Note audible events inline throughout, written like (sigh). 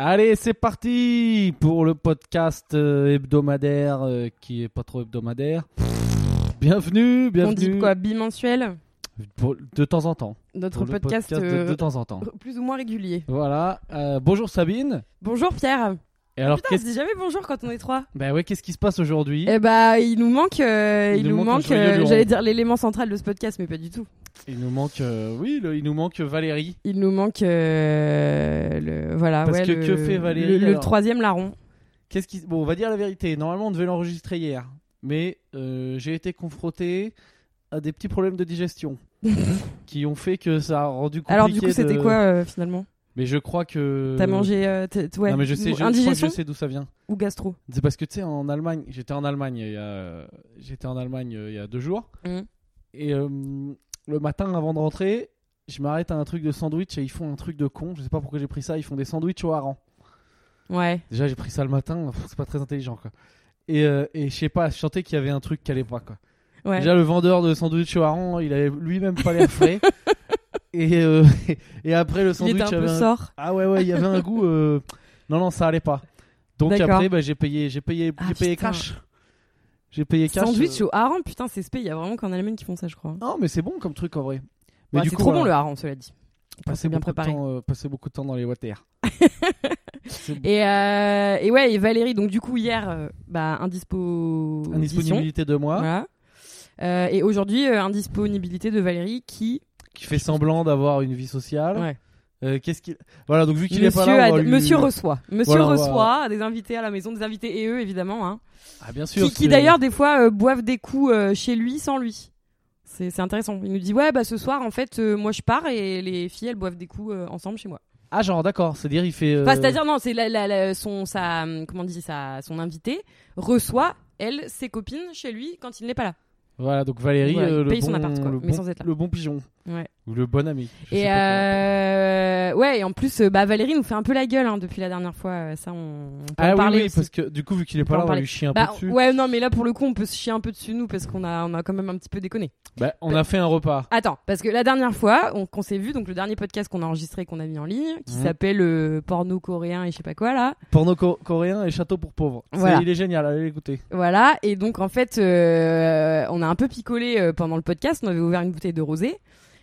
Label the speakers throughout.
Speaker 1: Allez, c'est parti pour le podcast euh, hebdomadaire euh, qui est pas trop hebdomadaire. Bienvenue,
Speaker 2: On
Speaker 1: bienvenue.
Speaker 2: dit quoi Bimensuel
Speaker 1: Pour- de temps en temps.
Speaker 2: Notre
Speaker 1: Pour le
Speaker 2: podcast,
Speaker 1: de-
Speaker 2: euh,
Speaker 1: de, temps en temps.
Speaker 2: plus ou moins régulier.
Speaker 1: Voilà. euh, bonjour Sabine.
Speaker 2: Bonjour Pierre.
Speaker 1: Et alors,
Speaker 2: Putain, on
Speaker 1: qu'est-ce
Speaker 2: se dit jamais bonjour quand on est trois.
Speaker 1: ben ouais, qu'est-ce qui se passe aujourd'hui
Speaker 2: Eh bah, il nous manque, euh, il, nous manque,
Speaker 1: joyeux
Speaker 2: euh,
Speaker 1: Laurent.
Speaker 2: j'allais dire l'élément central de ce podcast, mais pas du tout.
Speaker 1: Il nous manque, euh, oui, le- il nous manque Valérie.
Speaker 2: Il nous manque, euh, le, voilà,
Speaker 1: Parce
Speaker 2: ouais,
Speaker 1: que
Speaker 2: le,
Speaker 1: que fait Valérie,
Speaker 2: le- le
Speaker 1: alors
Speaker 2: troisième larron.
Speaker 1: Qu'est-ce qui Bon, on va dire la vérité. Normalement, on devait l'enregistrer hier, mais euh, j'ai été confronté à des petits problèmes de digestion
Speaker 2: (laughs)
Speaker 1: qui ont fait que ça a rendu compliqué.
Speaker 2: Alors du coup, c'était
Speaker 1: de-
Speaker 2: quoi euh, finalement
Speaker 1: Mais je crois que.
Speaker 2: T'as mangé, euh, t'es- ouais,
Speaker 1: Non, mais je sais, je, je crois que
Speaker 2: indigestion
Speaker 1: je sais d'où ça vient.
Speaker 2: ou gastro
Speaker 1: C'est parce que tu sais, en Allemagne, j'étais en Allemagne euh, il y a, j'étais en Allemagne euh, il y a deux jours,
Speaker 2: Mmh.
Speaker 1: et euh, le matin avant de rentrer, je m'arrête à un truc de sandwich et ils font un truc de con. Je sais pas pourquoi j'ai pris ça. Ils font des sandwichs au hareng.
Speaker 2: Ouais.
Speaker 1: Déjà, j'ai pris ça le matin. pff, C'est pas très intelligent, quoi. Et, euh, et je sais pas, je sentais qu'il y avait un truc qui allait pas, quoi.
Speaker 2: Ouais.
Speaker 1: Déjà, le vendeur de sandwich au hareng, il avait lui-même pas l'air
Speaker 2: (laughs)
Speaker 1: frais. et, euh, (laughs) et après, le
Speaker 2: il
Speaker 1: sandwich
Speaker 2: était un peu
Speaker 1: avait un
Speaker 2: sort.
Speaker 1: ah ouais, ouais, il y avait un goût. euh, Non, non, ça allait pas. Donc
Speaker 2: D'accord.
Speaker 1: après, bah, j'ai payé, j'ai payé,
Speaker 2: Ah,
Speaker 1: j'ai payé
Speaker 2: putain.
Speaker 1: cash. J'ai payé cash.
Speaker 2: Sandwich
Speaker 1: euh,
Speaker 2: au hareng, putain, c'est spé. Il y a vraiment qu'en Allemagne qui font ça, je crois.
Speaker 1: Non, mais c'est bon comme truc en vrai. Mais
Speaker 2: Ouais,
Speaker 1: du
Speaker 2: c'est
Speaker 1: coup,
Speaker 2: trop bon le
Speaker 1: voilà,
Speaker 2: hareng, cela dit.
Speaker 1: passer
Speaker 2: bien
Speaker 1: beaucoup de
Speaker 2: préparé.
Speaker 1: temps, euh, passer beaucoup de temps dans les water. C'est
Speaker 2: Et, euh, et ouais, et Valérie, donc du coup, hier, euh, bah, indispo.
Speaker 1: Indisponibilité de moi
Speaker 2: Voilà. Euh, et aujourd'hui, euh, indisponibilité de Valérie qui.
Speaker 1: qui fait semblant d'avoir une vie sociale.
Speaker 2: Ouais.
Speaker 1: Euh, Qu'est-ce qu'il Voilà, donc vu qu'il est
Speaker 2: Monsieur,
Speaker 1: pas là, on va
Speaker 2: a-
Speaker 1: lui-
Speaker 2: Monsieur reçoit. Monsieur
Speaker 1: Voilà, on va-
Speaker 2: reçoit des invités à la maison, des invités et eux, évidemment. Hein,
Speaker 1: Ah bien sûr.
Speaker 2: qui qui
Speaker 1: c'est-
Speaker 2: d'ailleurs, des fois, euh, boivent des coups euh, chez lui sans lui. C'est c'est intéressant. Il nous dit Ouais, bah ce soir, en fait, euh, moi je pars et les filles, elles boivent des coups euh, ensemble chez moi.
Speaker 1: Ah genre d'accord, c'est-à-dire il fait. euh,
Speaker 2: Enfin, c'est-à-dire, non, c'est la, la- la- son, sa, comment on dit, sa, son invité reçoit, elle, ses copines chez lui quand il n'est pas là.
Speaker 1: Voilà, donc Valérie,
Speaker 2: Voilà, il
Speaker 1: euh, le,
Speaker 2: paye
Speaker 1: bon,
Speaker 2: son appart, quoi,
Speaker 1: le,
Speaker 2: mais
Speaker 1: bon,
Speaker 2: sans être là.
Speaker 1: le bon pigeon
Speaker 2: Ouais.
Speaker 1: ou le bon ami. je sais
Speaker 2: Et
Speaker 1: pas comment.
Speaker 2: euh, ouais, et en plus, euh, bah, Valérie nous fait un peu la gueule hein, depuis la dernière fois. euh, Ça, on, on peut
Speaker 1: Ah
Speaker 2: en
Speaker 1: oui,
Speaker 2: parler.
Speaker 1: oui,
Speaker 2: aussi.
Speaker 1: parce que du coup vu qu'il est
Speaker 2: On peut
Speaker 1: pas
Speaker 2: en
Speaker 1: là, on va
Speaker 2: parler.
Speaker 1: lui chier un
Speaker 2: Bah,
Speaker 1: peu dessus.
Speaker 2: ouais, non, mais là pour le coup, on peut se chier un peu dessus nous parce qu'on a, on a quand même un petit peu déconné.
Speaker 1: Bah, on a fait un repas.
Speaker 2: Attends, parce que la dernière fois, on, qu'on s'est vu, donc le dernier podcast qu'on a enregistré, qu'on a mis en ligne, qui
Speaker 1: Mhm.
Speaker 2: s'appelle euh, Porno coréen et je sais pas quoi là.
Speaker 1: Porno co- coréen et château pour pauvres. C'est-
Speaker 2: Voilà.
Speaker 1: Il est génial, allez l'écouter.
Speaker 2: Voilà, et donc en fait, euh, on a un peu picolé euh, pendant le podcast, on avait ouvert une bouteille de rosé.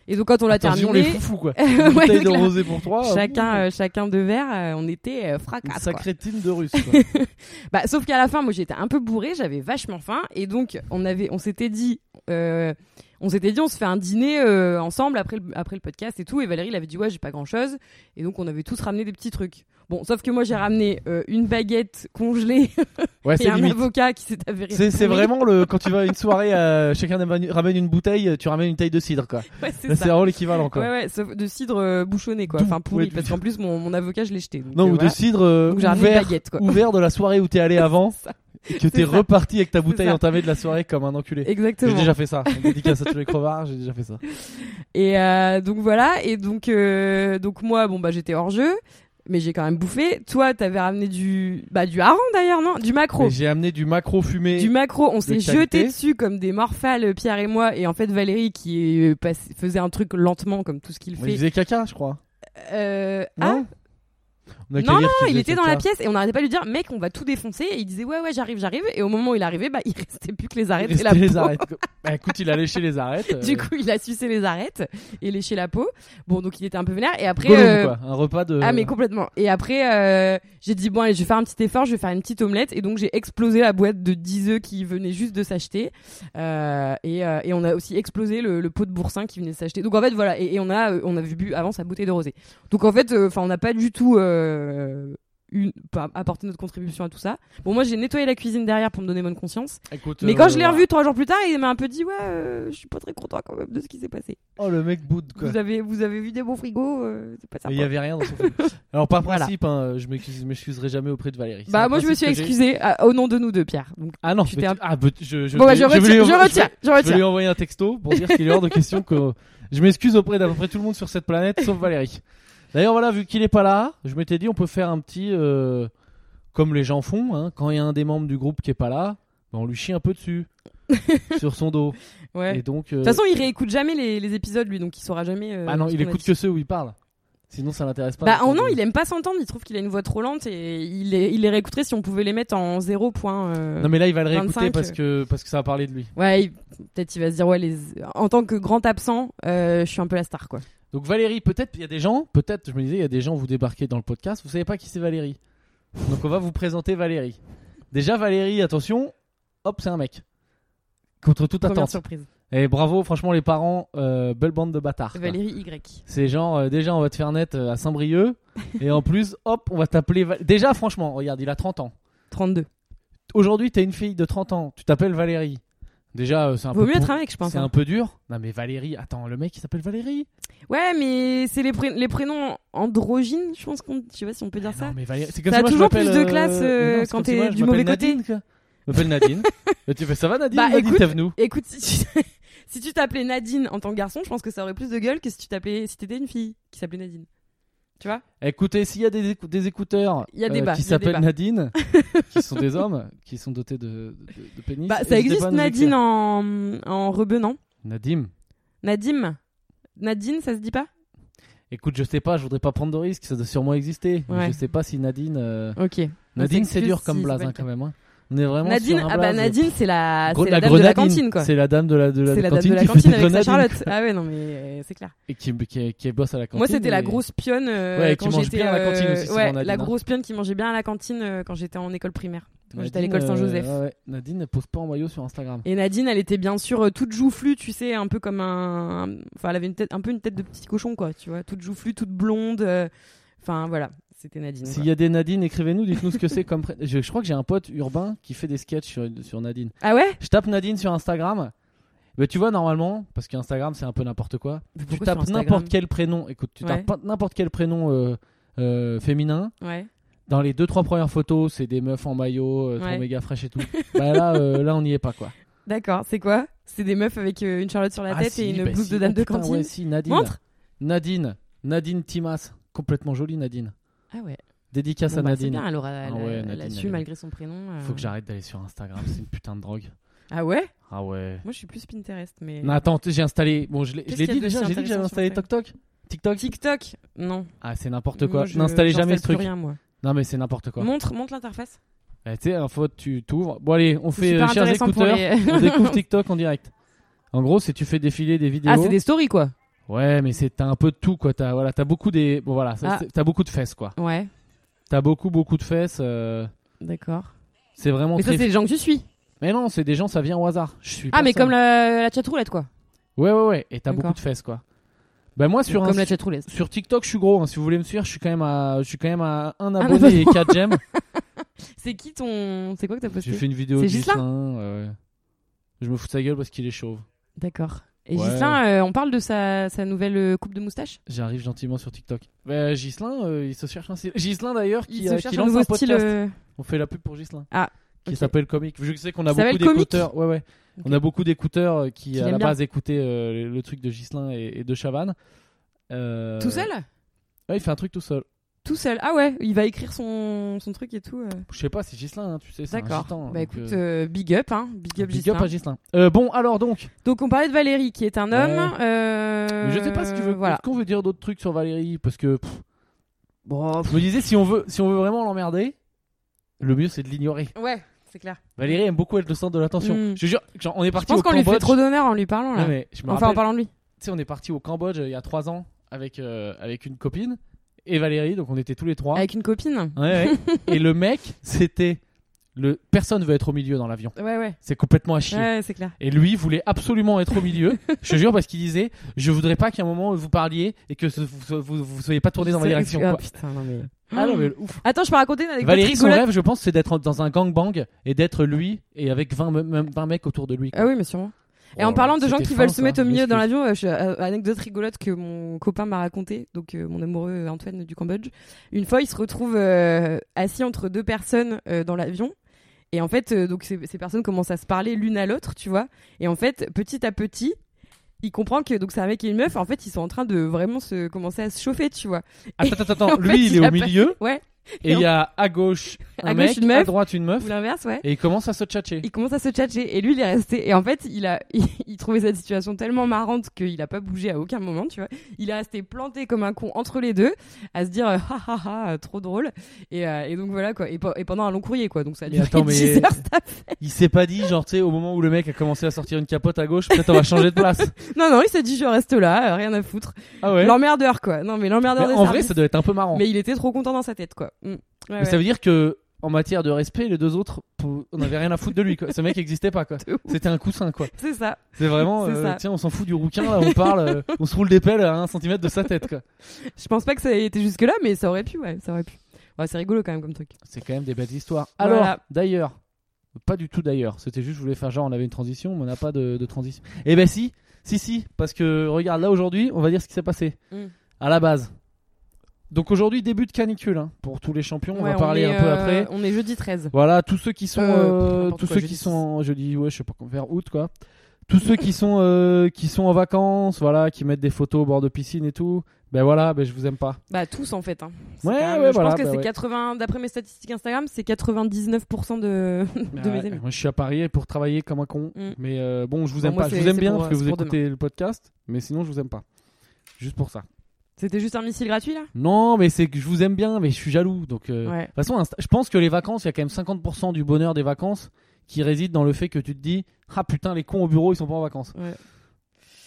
Speaker 2: Et donc quand on l'a
Speaker 1: Attention,
Speaker 2: terminé,
Speaker 1: les foufous
Speaker 2: (laughs)
Speaker 1: quoi.
Speaker 2: Ouais,
Speaker 1: Une bouteille
Speaker 2: c'est
Speaker 1: de
Speaker 2: clair.
Speaker 1: rosé pour trois. euh,
Speaker 2: chacun, euh, chacun deux verres, euh, on était euh,
Speaker 1: Une
Speaker 2: fracas. quoi.
Speaker 1: sacrée team de russe.
Speaker 2: (laughs)
Speaker 1: quoi.
Speaker 2: Bah, sauf qu'à la fin, moi j'étais un peu bourré, j'avais vachement faim, et donc on avait, on s'était dit, euh, on s'était dit, on se fait un dîner euh, ensemble après le, après le podcast et tout. Et Valérie, elle avait dit ouais, j'ai pas grand chose, et donc on avait tous ramené des petits trucs. Bon, sauf que moi j'ai ramené euh, une baguette congelée (laughs)
Speaker 1: Ouais,
Speaker 2: et
Speaker 1: c'est
Speaker 2: un
Speaker 1: limite.
Speaker 2: avocat qui s'est avéré.
Speaker 1: C'est c'est
Speaker 2: pourri.
Speaker 1: vraiment le quand tu vas à une soirée, euh, chacun ramène- ramène une bouteille, euh, tu ramènes une taille de cidre quoi.
Speaker 2: Ouais,
Speaker 1: Là,
Speaker 2: c'est
Speaker 1: C'est
Speaker 2: ça.
Speaker 1: vraiment l'équivalent quoi.
Speaker 2: Ouais, ouais, sauf de cidre euh, bouchonné quoi,
Speaker 1: Doux,
Speaker 2: enfin pourri,
Speaker 1: ouais,
Speaker 2: parce
Speaker 1: du-
Speaker 2: qu'en plus mon, mon avocat je l'ai jeté. Donc,
Speaker 1: Non,
Speaker 2: euh,
Speaker 1: ou de
Speaker 2: voilà.
Speaker 1: cidre euh,
Speaker 2: Donc j'ai ramené une
Speaker 1: ouvert,
Speaker 2: baguette quoi.
Speaker 1: ouvert de la soirée où t'es allé avant
Speaker 2: (laughs) C'est ça.
Speaker 1: et que t'es
Speaker 2: ça.
Speaker 1: reparti avec ta bouteille
Speaker 2: ça.
Speaker 1: entamée de la soirée comme un enculé. J'ai
Speaker 2: Exactement.
Speaker 1: déjà fait ça. On dédicace à tous les crevards, j'ai déjà fait ça.
Speaker 2: Et euh, donc voilà, et donc euh, donc moi bon bah j'étais hors jeu, mais j'ai quand même bouffé. Toi t'avais ramené du bah du hareng d'ailleurs non, du
Speaker 1: Mais
Speaker 2: macro.
Speaker 1: J'ai amené du macro fumé.
Speaker 2: Du macro, on s'est
Speaker 1: qualité.
Speaker 2: jeté dessus comme des morphales euh, Pierre et moi et en fait Valérie qui est passée- faisait un truc lentement comme tout ce qu'il
Speaker 1: Il
Speaker 2: fait.
Speaker 1: faisait caca, je crois.
Speaker 2: Euh, ah
Speaker 1: Non On a qu'à
Speaker 2: non
Speaker 1: dire
Speaker 2: non,
Speaker 1: qu'il
Speaker 2: il
Speaker 1: faisait
Speaker 2: était dans la
Speaker 1: caca.
Speaker 2: pièce et on n'arrêtait pas de lui dire mec on va tout défoncer et il disait ouais ouais j'arrive j'arrive et au moment où il arrivait bah (laughs) il restait plus que les arêtes et
Speaker 1: Rester
Speaker 2: la
Speaker 1: les
Speaker 2: peau.
Speaker 1: arêtes. Bah, écoute, il a léché les arêtes. euh,
Speaker 2: (laughs) Du coup il a sucé les arêtes et léché la peau. Bon donc il était un peu vénère et après.
Speaker 1: Gollum,
Speaker 2: euh,
Speaker 1: quoi. Un repas de.
Speaker 2: Ah mais complètement. Et après, euh, j'ai dit bon allez, je vais faire un petit effort, je vais faire une petite omelette. Et donc j'ai explosé la boîte de 10 œufs qui venait juste de s'acheter. Euh, et, euh, et on a aussi explosé le, le pot de boursin qui venait de s'acheter. Donc en fait voilà, et, et on a euh, on avait bu avant sa bouteille de rosé. Donc en fait, enfin on n'a pas du tout euh, une- pas apporté notre contribution à tout ça. Bon moi j'ai nettoyé la cuisine derrière pour me donner bonne conscience.
Speaker 1: Écoute,
Speaker 2: Mais
Speaker 1: euh,
Speaker 2: quand je l'ai
Speaker 1: voilà.
Speaker 2: revu trois jours plus tard, il m'a un peu dit ouais, euh, je suis pas très content quand même de ce qui s'est passé.
Speaker 1: Oh le mec boude quoi.
Speaker 2: Vous avez vous avez vu des bons frigos, euh, c'est pas
Speaker 1: Mais
Speaker 2: sympa.
Speaker 1: il y avait rien dans son
Speaker 2: (laughs)
Speaker 1: film. Alors par
Speaker 2: Voilà.
Speaker 1: principe, hein, je m'excuse- m'excuserai jamais auprès de Valérie. C'est
Speaker 2: Bah
Speaker 1: un
Speaker 2: moi je me suis
Speaker 1: principe que j'ai.
Speaker 2: excusée euh, au nom de nous deux Pierre. Donc,
Speaker 1: Ah non,
Speaker 2: Tu
Speaker 1: mais
Speaker 2: t'es
Speaker 1: tu-
Speaker 2: un-
Speaker 1: ah, bah, je, je,
Speaker 2: bon bah
Speaker 1: je
Speaker 2: je
Speaker 1: vais lui
Speaker 2: retire, je,
Speaker 1: envoyer-
Speaker 2: retire, je
Speaker 1: Je vais lui
Speaker 2: retire.
Speaker 1: envoyer un texto pour dire qu'il est hors de question que je m'excuse auprès d'à peu près tout le monde sur cette planète, sauf Valérie. D'ailleurs voilà, vu qu'il est pas là, je m'étais dit on peut faire un petit, euh, comme les gens font, hein, quand il y a un des membres du groupe qui est pas là, bah, on lui chie un peu
Speaker 2: (laughs)
Speaker 1: dessus, sur son dos.
Speaker 2: Ouais.
Speaker 1: Et
Speaker 2: De
Speaker 1: donc, euh,
Speaker 2: toute façon il réécoute jamais les, les épisodes lui donc il saura jamais. euh,
Speaker 1: ah non,
Speaker 2: ce
Speaker 1: il
Speaker 2: qu'on a
Speaker 1: écoute
Speaker 2: dit.
Speaker 1: que ceux où il parle. Sinon, ça l'intéresse pas.
Speaker 2: Bah
Speaker 1: d'entendre.
Speaker 2: oh non, il aime pas s'entendre, il trouve qu'il a une voix trop lente et il les, il les réécouterait si on pouvait les mettre en zéro point. euh,
Speaker 1: Non, mais là, il va le réécouter
Speaker 2: 25,
Speaker 1: parce que, parce que ça va parler de lui.
Speaker 2: Ouais, il- peut-être il va se dire ouais les en tant que grand absent, euh, je suis un peu la star quoi.
Speaker 1: Donc, Valérie, peut-être, il y a des gens, peut-être, je me disais, il y a des gens, vous débarquez dans le podcast, vous savez pas qui c'est Valérie. Donc, on va vous présenter Valérie. Déjà, Valérie, attention, hop, c'est un mec. Contre toute
Speaker 2: Première
Speaker 1: attente.
Speaker 2: surprise.
Speaker 1: Et bravo, franchement, les parents, euh, belle bande de bâtards. quoi.
Speaker 2: Valérie Y.
Speaker 1: C'est genre, euh, déjà, on va te faire net euh, à Saint-Brieuc. et en plus, hop, on va t'appeler. Val- déjà, franchement, regarde, il a 30 ans.
Speaker 2: 32.
Speaker 1: Aujourd'hui, t'es une fille de 30 ans. Tu t'appelles Valérie. Déjà, euh, c'est un
Speaker 2: Vaut
Speaker 1: peu.
Speaker 2: mieux
Speaker 1: pour-
Speaker 2: être un mec, je pense.
Speaker 1: C'est
Speaker 2: hein.
Speaker 1: un peu dur. Non, mais Valérie. Attends, le mec, il s'appelle Valérie.
Speaker 2: Ouais, mais c'est les, pré- les prénoms androgynes, je pense qu'on je sais pas si on peut dire
Speaker 1: Non,
Speaker 2: ça.
Speaker 1: mais Valérie. C'est comme si
Speaker 2: Ça a
Speaker 1: moi, je
Speaker 2: toujours plus
Speaker 1: m'appelle,
Speaker 2: de classe, euh,
Speaker 1: mais non, c'est
Speaker 2: quand
Speaker 1: comme si
Speaker 2: t'es
Speaker 1: moi, je
Speaker 2: du
Speaker 1: m'appelle
Speaker 2: mauvais côté.
Speaker 1: Nadine, quoi. Je m'appelle (laughs) Nadine. Et tu fais ça va Nadine
Speaker 2: Bah,
Speaker 1: Nadine,
Speaker 2: écoute-
Speaker 1: t'es venue.
Speaker 2: Écoute, si tu (laughs) si tu t'appelais Nadine en tant que garçon, je pense que ça aurait plus de gueule que si tu t'appelais si t'étais une fille qui s'appelait Nadine. Tu vois
Speaker 1: Écoutez, s'il y a des, écou- des écouteurs euh,
Speaker 2: Il y a débat, il
Speaker 1: qui
Speaker 2: y a
Speaker 1: s'appellent
Speaker 2: débat.
Speaker 1: Nadine, qui sont des hommes, qui sont dotés de, de, de pénis.
Speaker 2: Bah
Speaker 1: n'hésitez
Speaker 2: ça
Speaker 1: pas
Speaker 2: existe
Speaker 1: à nous
Speaker 2: Nadine hein.
Speaker 1: écrire.
Speaker 2: en en rebenant.
Speaker 1: Nadim.
Speaker 2: Nadim. Nadine, ça se dit pas
Speaker 1: Écoute, je sais pas, je voudrais pas prendre de risques, ça doit sûrement exister. mais
Speaker 2: Ouais.
Speaker 1: Je sais pas si Nadine. euh,
Speaker 2: OK.
Speaker 1: Nadine,
Speaker 2: s'excuse
Speaker 1: c'est dur comme
Speaker 2: si c'est
Speaker 1: blaze
Speaker 2: pas
Speaker 1: hein,
Speaker 2: le
Speaker 1: quand même. hein. On est vraiment
Speaker 2: Nadine,
Speaker 1: sur un
Speaker 2: ah bah
Speaker 1: blaze.
Speaker 2: Nadine, c'est la,
Speaker 1: Gre-
Speaker 2: c'est la dame de la
Speaker 1: grenadine,
Speaker 2: cantine quoi.
Speaker 1: C'est la dame de la, de la
Speaker 2: C'est la dame
Speaker 1: cantine
Speaker 2: de la
Speaker 1: qui
Speaker 2: cantine
Speaker 1: fait des
Speaker 2: avec sa
Speaker 1: grenadines,
Speaker 2: Charlotte. Ah ouais, non, mais euh, c'est clair.
Speaker 1: Et qui, qui, qui bosse à la cantine.
Speaker 2: Moi, c'était la
Speaker 1: et-
Speaker 2: grosse pionne euh,
Speaker 1: Ouais, qui
Speaker 2: quand
Speaker 1: mange
Speaker 2: j'étais.
Speaker 1: bien à la cantine aussi,
Speaker 2: euh,
Speaker 1: c'est
Speaker 2: ouais,
Speaker 1: Nadine, hein.
Speaker 2: la grosse pionne qui mangeait bien à la cantine euh, quand j'étais en école primaire. Quand j'étais à
Speaker 1: Nadine,
Speaker 2: l'école Saint-Joseph.
Speaker 1: euh, ouais, ouais. Nadine ne pose pas en maillot sur Instagram.
Speaker 2: Et Nadine, elle était bien sûr euh, toute joufflue, tu sais, un peu comme un. Enfin, elle avait une tête, un peu une tête de petit cochon, quoi, tu vois. Toute joufflue, toute blonde. euh, Enfin, voilà, c'était Nadine.
Speaker 1: S'il
Speaker 2: quoi.
Speaker 1: y a des Nadine, écrivez-nous, dites-nous ce que c'est comme. pré- Je, je crois que j'ai un pote urbain qui fait des sketchs sur, sur Nadine.
Speaker 2: Ah ouais
Speaker 1: Je tape Nadine sur Instagram. Mais tu vois, normalement, parce qu'Instagram, c'est un peu n'importe quoi. Tu
Speaker 2: Pourquoi sur
Speaker 1: tapes
Speaker 2: Instagram
Speaker 1: n'importe quel prénom. Écoute, tu
Speaker 2: Ouais.
Speaker 1: tapes pas- n'importe quel prénom euh, euh, féminin.
Speaker 2: Ouais.
Speaker 1: Dans les deux trois premières photos, c'est des meufs en maillot, euh, trop
Speaker 2: Ouais.
Speaker 1: méga fraîches et
Speaker 2: (laughs)
Speaker 1: tout. bah là, euh, là, on n'y est pas quoi.
Speaker 2: D'accord, c'est quoi C'est des meufs avec euh, une charlotte sur la
Speaker 1: Ah,
Speaker 2: tête
Speaker 1: si,
Speaker 2: et une
Speaker 1: bah
Speaker 2: blouse
Speaker 1: si.
Speaker 2: de dame
Speaker 1: Oh,
Speaker 2: de
Speaker 1: putain,
Speaker 2: cantine.
Speaker 1: ouais, si, Nadine.
Speaker 2: Montre
Speaker 1: Nadine, Nadine Timas, complètement jolie Nadine.
Speaker 2: Ah ouais.
Speaker 1: Dédicace
Speaker 2: Bon,
Speaker 1: à
Speaker 2: bah, c'est
Speaker 1: Nadine.
Speaker 2: bien, elle aura, elle, euh,
Speaker 1: Ah ouais,
Speaker 2: elle
Speaker 1: Nadine,
Speaker 2: a su
Speaker 1: elle est-
Speaker 2: malgré son prénom. euh.
Speaker 1: Faut que j'arrête d'aller sur Instagram, c'est une putain de drogue.
Speaker 2: Ah ouais
Speaker 1: Ah ouais.
Speaker 2: Moi, je suis plus Pinterest, mais.
Speaker 1: Non, attends, j'ai installé. Bon, je l'ai je
Speaker 2: Qu'est-ce
Speaker 1: l'ai
Speaker 2: qu'il y a
Speaker 1: dit
Speaker 2: de
Speaker 1: déjà,
Speaker 2: si
Speaker 1: j'ai dit que j'avais
Speaker 2: intéressant sur
Speaker 1: installé TikTok. TikTok
Speaker 2: TikTok Non.
Speaker 1: Ah, c'est n'importe
Speaker 2: Moi,
Speaker 1: quoi.
Speaker 2: je-
Speaker 1: N'installez
Speaker 2: j'installe
Speaker 1: jamais ce
Speaker 2: plus
Speaker 1: truc.
Speaker 2: rien, moi.
Speaker 1: Non, mais c'est n'importe quoi.
Speaker 2: Montre, montre l'interface.
Speaker 1: Eh, tu sais, un fois, tu t'ouvres. Bon, allez, on
Speaker 2: C'est
Speaker 1: fait
Speaker 2: super
Speaker 1: euh, chers
Speaker 2: intéressant pour
Speaker 1: écouteurs.
Speaker 2: les-
Speaker 1: On
Speaker 2: (laughs)
Speaker 1: découvre TikTok en direct. En gros, c'est tu fais défiler des vidéos.
Speaker 2: Ah, c'est des stories quoi.
Speaker 1: Ouais, mais c'est t'as un peu de tout quoi. T'as voilà, t'as beaucoup des bon voilà, ça,
Speaker 2: Ah.
Speaker 1: c'est- t'as beaucoup de fesses quoi.
Speaker 2: Ouais,
Speaker 1: T'as beaucoup beaucoup de fesses. euh,
Speaker 2: d'accord.
Speaker 1: C'est vraiment
Speaker 2: Mais ça,
Speaker 1: très-
Speaker 2: c'est les gens que tu suis.
Speaker 1: Mais non, c'est des gens, ça vient au hasard. Je suis.
Speaker 2: Ah, mais
Speaker 1: personne.
Speaker 2: comme la, la chatroulette quoi.
Speaker 1: Ouais ouais ouais. Et t'as
Speaker 2: D'accord.
Speaker 1: beaucoup de fesses quoi. Bah moi sur
Speaker 2: Comme
Speaker 1: un-
Speaker 2: la chatroulette.
Speaker 1: sur TikTok, je suis gros. hein. Si vous voulez me suivre, je suis quand même à je suis quand même à un
Speaker 2: abonnement.
Speaker 1: abonné et 4 j'aime.
Speaker 2: C'est qui ton. (laughs) C'est quoi que t'as
Speaker 1: J'ai
Speaker 2: posté
Speaker 1: fait une vidéo
Speaker 2: C'est
Speaker 1: de
Speaker 2: Ghislain
Speaker 1: Ghislain, ouais, ouais. Je me fous de sa gueule parce qu'il est chauve.
Speaker 2: D'accord. Et
Speaker 1: Ouais.
Speaker 2: Gislain, euh, on parle de sa, sa nouvelle euh, coupe de moustache
Speaker 1: J'arrive gentiment sur TikTok. Bah, Ghislain, euh, il se cherche un style. Ghislain d'ailleurs, qui,
Speaker 2: Il
Speaker 1: euh,
Speaker 2: se
Speaker 1: qui
Speaker 2: cherche un
Speaker 1: lance
Speaker 2: nouveau
Speaker 1: podcast.
Speaker 2: style. euh,
Speaker 1: On fait la pub pour Ghislain.
Speaker 2: Ah,
Speaker 1: Qui
Speaker 2: ok.
Speaker 1: s'appelle Comic. Je sais qu'on a
Speaker 2: Qui s'appelle
Speaker 1: beaucoup
Speaker 2: Comic
Speaker 1: d'écouteurs. Ouais, ouais. On a beaucoup d'écouteurs euh, qui,
Speaker 2: Qui
Speaker 1: à la
Speaker 2: l'aiment bien.
Speaker 1: base, écoutaient euh, le truc de Ghislain et, et de Chavannes. Euh,
Speaker 2: Tout seul
Speaker 1: Ouais, il fait un truc tout seul.
Speaker 2: Tout seul. Ah ouais, il va écrire son, son truc et tout. euh.
Speaker 1: Je sais pas, c'est Ghislain, hein, tu sais, c'est un
Speaker 2: D'accord.
Speaker 1: gitan,
Speaker 2: Bah
Speaker 1: donc,
Speaker 2: écoute,
Speaker 1: euh,
Speaker 2: euh, big up, hein. Big up,
Speaker 1: big
Speaker 2: Gislain.
Speaker 1: up à Ghislain. Euh, bon, alors donc,
Speaker 2: Donc on parlait de Valérie qui est un
Speaker 1: Ouais.
Speaker 2: homme. euh,
Speaker 1: mais je sais pas ce que tu veux.
Speaker 2: Voilà.
Speaker 1: Est-ce qu'on veut dire d'autres trucs sur Valérie Parce que. pff, bon, je me disais, si on veut, si on veut vraiment l'emmerder, le mieux c'est de l'ignorer.
Speaker 2: Ouais, c'est clair.
Speaker 1: Valérie aime beaucoup être le centre de l'attention.
Speaker 2: Mm.
Speaker 1: Je te jure, genre, on est
Speaker 2: Je
Speaker 1: parti
Speaker 2: pense
Speaker 1: au
Speaker 2: qu'on lui fait
Speaker 1: Cambodge.
Speaker 2: trop d'honneur en lui parlant là.
Speaker 1: Non, mais je me
Speaker 2: Enfin, en
Speaker 1: rappelle,
Speaker 2: parlant de lui.
Speaker 1: tu sais, on est parti au Cambodge euh, il y a trois ans avec, euh, avec une copine et Valérie, donc on était tous les trois.
Speaker 2: Avec une copine.
Speaker 1: Ouais, ouais.
Speaker 2: (laughs)
Speaker 1: et le mec, c'était le personne veut être au milieu dans l'avion.
Speaker 2: Ouais, ouais.
Speaker 1: C'est complètement à chier.
Speaker 2: Ouais, c'est clair.
Speaker 1: Et lui voulait absolument être au milieu. je te jure parce qu'il disait, je voudrais pas qu'à un moment vous parliez et que ce- vous, vous, vous soyez pas tourné dans ma
Speaker 2: C'est-
Speaker 1: direction.
Speaker 2: Ah,
Speaker 1: quoi.
Speaker 2: putain, non, mais-
Speaker 1: Ah non, mais le ouf.
Speaker 2: Attends, je peux raconter une anecdote
Speaker 1: Valérie, son
Speaker 2: rigolote.
Speaker 1: rêve, je pense, c'est d'être dans un gangbang et d'être lui et avec 20, me- me- 20 mecs autour de lui. quoi.
Speaker 2: Ah oui, mais sûrement. Et
Speaker 1: Oh
Speaker 2: en
Speaker 1: là,
Speaker 2: parlant de gens
Speaker 1: c'était
Speaker 2: qui
Speaker 1: fin,
Speaker 2: veulent se
Speaker 1: ça.
Speaker 2: mettre au milieu dans
Speaker 1: Excuse.
Speaker 2: l'avion, euh, je- euh, anecdote rigolote que mon copain m'a raconté, donc euh, mon amoureux euh, Antoine du Cambodge. Une fois, il se retrouve euh, assis entre deux personnes euh, dans l'avion. Et en fait, euh, donc ces, ces personnes commencent à se parler l'une à l'autre, tu vois. Et en fait, petit à petit, il comprend que donc c'est un mec et une meuf. En fait, ils sont en train de vraiment se commencer à se chauffer, tu vois.
Speaker 1: (laughs) Attends, attends, attends.
Speaker 2: (laughs) en fait,
Speaker 1: lui, il
Speaker 2: il
Speaker 1: est
Speaker 2: a
Speaker 1: au milieu.
Speaker 2: Ouais.
Speaker 1: Et il y a à gauche un
Speaker 2: À
Speaker 1: mec,
Speaker 2: gauche, une meuf.
Speaker 1: à droite une meuf,
Speaker 2: Ou l'inverse, ouais.
Speaker 1: et ils commencent à se tchatcher.
Speaker 2: Il commence à se tchatcher et lui il est resté et en fait il a (laughs) il, trouvait cette situation tellement marrante qu'il a pas bougé à aucun moment tu vois il est resté planté comme un con entre les deux à se dire euh, ha ha ha trop drôle et, euh, et donc voilà quoi et, pe- et pendant un long courrier quoi donc ça a
Speaker 1: Mais
Speaker 2: duré (laughs)
Speaker 1: attends,
Speaker 2: 10
Speaker 1: mais-
Speaker 2: heures, ça-
Speaker 1: Il s'est pas dit, genre, tu sais, au moment où le mec a commencé à sortir une capote à gauche, peut-être on va changer de
Speaker 2: (laughs)
Speaker 1: place.
Speaker 2: non non il s'est dit je reste là euh, rien à foutre
Speaker 1: Ah ouais.
Speaker 2: l'emmerdeur quoi non mais l'emmerdeur
Speaker 1: Mais
Speaker 2: des
Speaker 1: en vrai,
Speaker 2: services.
Speaker 1: ça doit être un peu marrant.
Speaker 2: mais il était trop content dans sa tête quoi Mm. Ouais,
Speaker 1: Mais
Speaker 2: ouais.
Speaker 1: ça veut dire que, en matière de respect, les deux autres, pou- on avait rien à foutre de lui, quoi. Ce mec existait pas, quoi.
Speaker 2: De ouf.
Speaker 1: C'était un coussin, quoi.
Speaker 2: c'est ça
Speaker 1: C'est vraiment,
Speaker 2: C'est
Speaker 1: euh,
Speaker 2: ça.
Speaker 1: tiens, on s'en fout du rouquin, là, on parle,
Speaker 2: (laughs)
Speaker 1: euh, on se roule des pelles à un centimètre de sa tête, quoi.
Speaker 2: je pense pas que ça ait été jusque là mais ça aurait pu ouais ça aurait pu Ouais, c'est rigolo quand même comme truc
Speaker 1: C'est quand même des belles histoires. Alors,
Speaker 2: Voilà.
Speaker 1: d'ailleurs, pas du tout d'ailleurs, c'était juste, je voulais faire genre, on avait une transition, mais on n'a pas de, de transition. Eh ben si, si, si, parce que regarde, là aujourd'hui, on va dire ce qui s'est passé.
Speaker 2: Mm.
Speaker 1: À la base. Donc aujourd'hui, début de canicule hein, pour tous les champions, on
Speaker 2: Ouais,
Speaker 1: va parler
Speaker 2: est,
Speaker 1: un peu
Speaker 2: euh,
Speaker 1: après.
Speaker 2: on est jeudi 13
Speaker 1: Voilà, tous ceux qui sont,
Speaker 2: Euh,
Speaker 1: euh,
Speaker 2: n'importe
Speaker 1: tous
Speaker 2: quoi,
Speaker 1: ceux
Speaker 2: jeudi
Speaker 1: qui sont, en- jeudi, ouais, je sais pas quand, vers août quoi. Tous ceux qui sont, euh, qui sont en vacances, voilà, qui mettent des photos au bord de piscine et tout. Ben voilà, ben je vous aime pas.
Speaker 2: Bah tous en fait. Hein. C'est
Speaker 1: Ouais,
Speaker 2: quand même-
Speaker 1: ouais,
Speaker 2: je
Speaker 1: voilà,
Speaker 2: pense que
Speaker 1: bah
Speaker 2: c'est
Speaker 1: ouais.
Speaker 2: 80, d'après mes statistiques Instagram, c'est 99% de, (laughs) de
Speaker 1: Ouais,
Speaker 2: mes amis.
Speaker 1: Moi, je suis à Paris pour travailler comme un con.
Speaker 2: Mm.
Speaker 1: Mais euh, bon, je vous
Speaker 2: Bon,
Speaker 1: aime
Speaker 2: moi,
Speaker 1: pas. Je
Speaker 2: c'est-
Speaker 1: vous aime
Speaker 2: c'est
Speaker 1: bien
Speaker 2: pour-
Speaker 1: parce que
Speaker 2: c'est
Speaker 1: vous
Speaker 2: pour
Speaker 1: écoutez le podcast, mais sinon, je vous aime pas. Juste pour ça.
Speaker 2: C'était juste un missile gratuit là
Speaker 1: Non, mais c'est que je vous aime bien, mais je suis jaloux. Donc, euh, de
Speaker 2: Ouais.
Speaker 1: toute façon, Insta- je pense que les vacances, il y a quand même 50% du bonheur des vacances qui réside dans le fait que tu te dis Ah putain, les cons au bureau, ils sont pas en vacances.
Speaker 2: Ouais.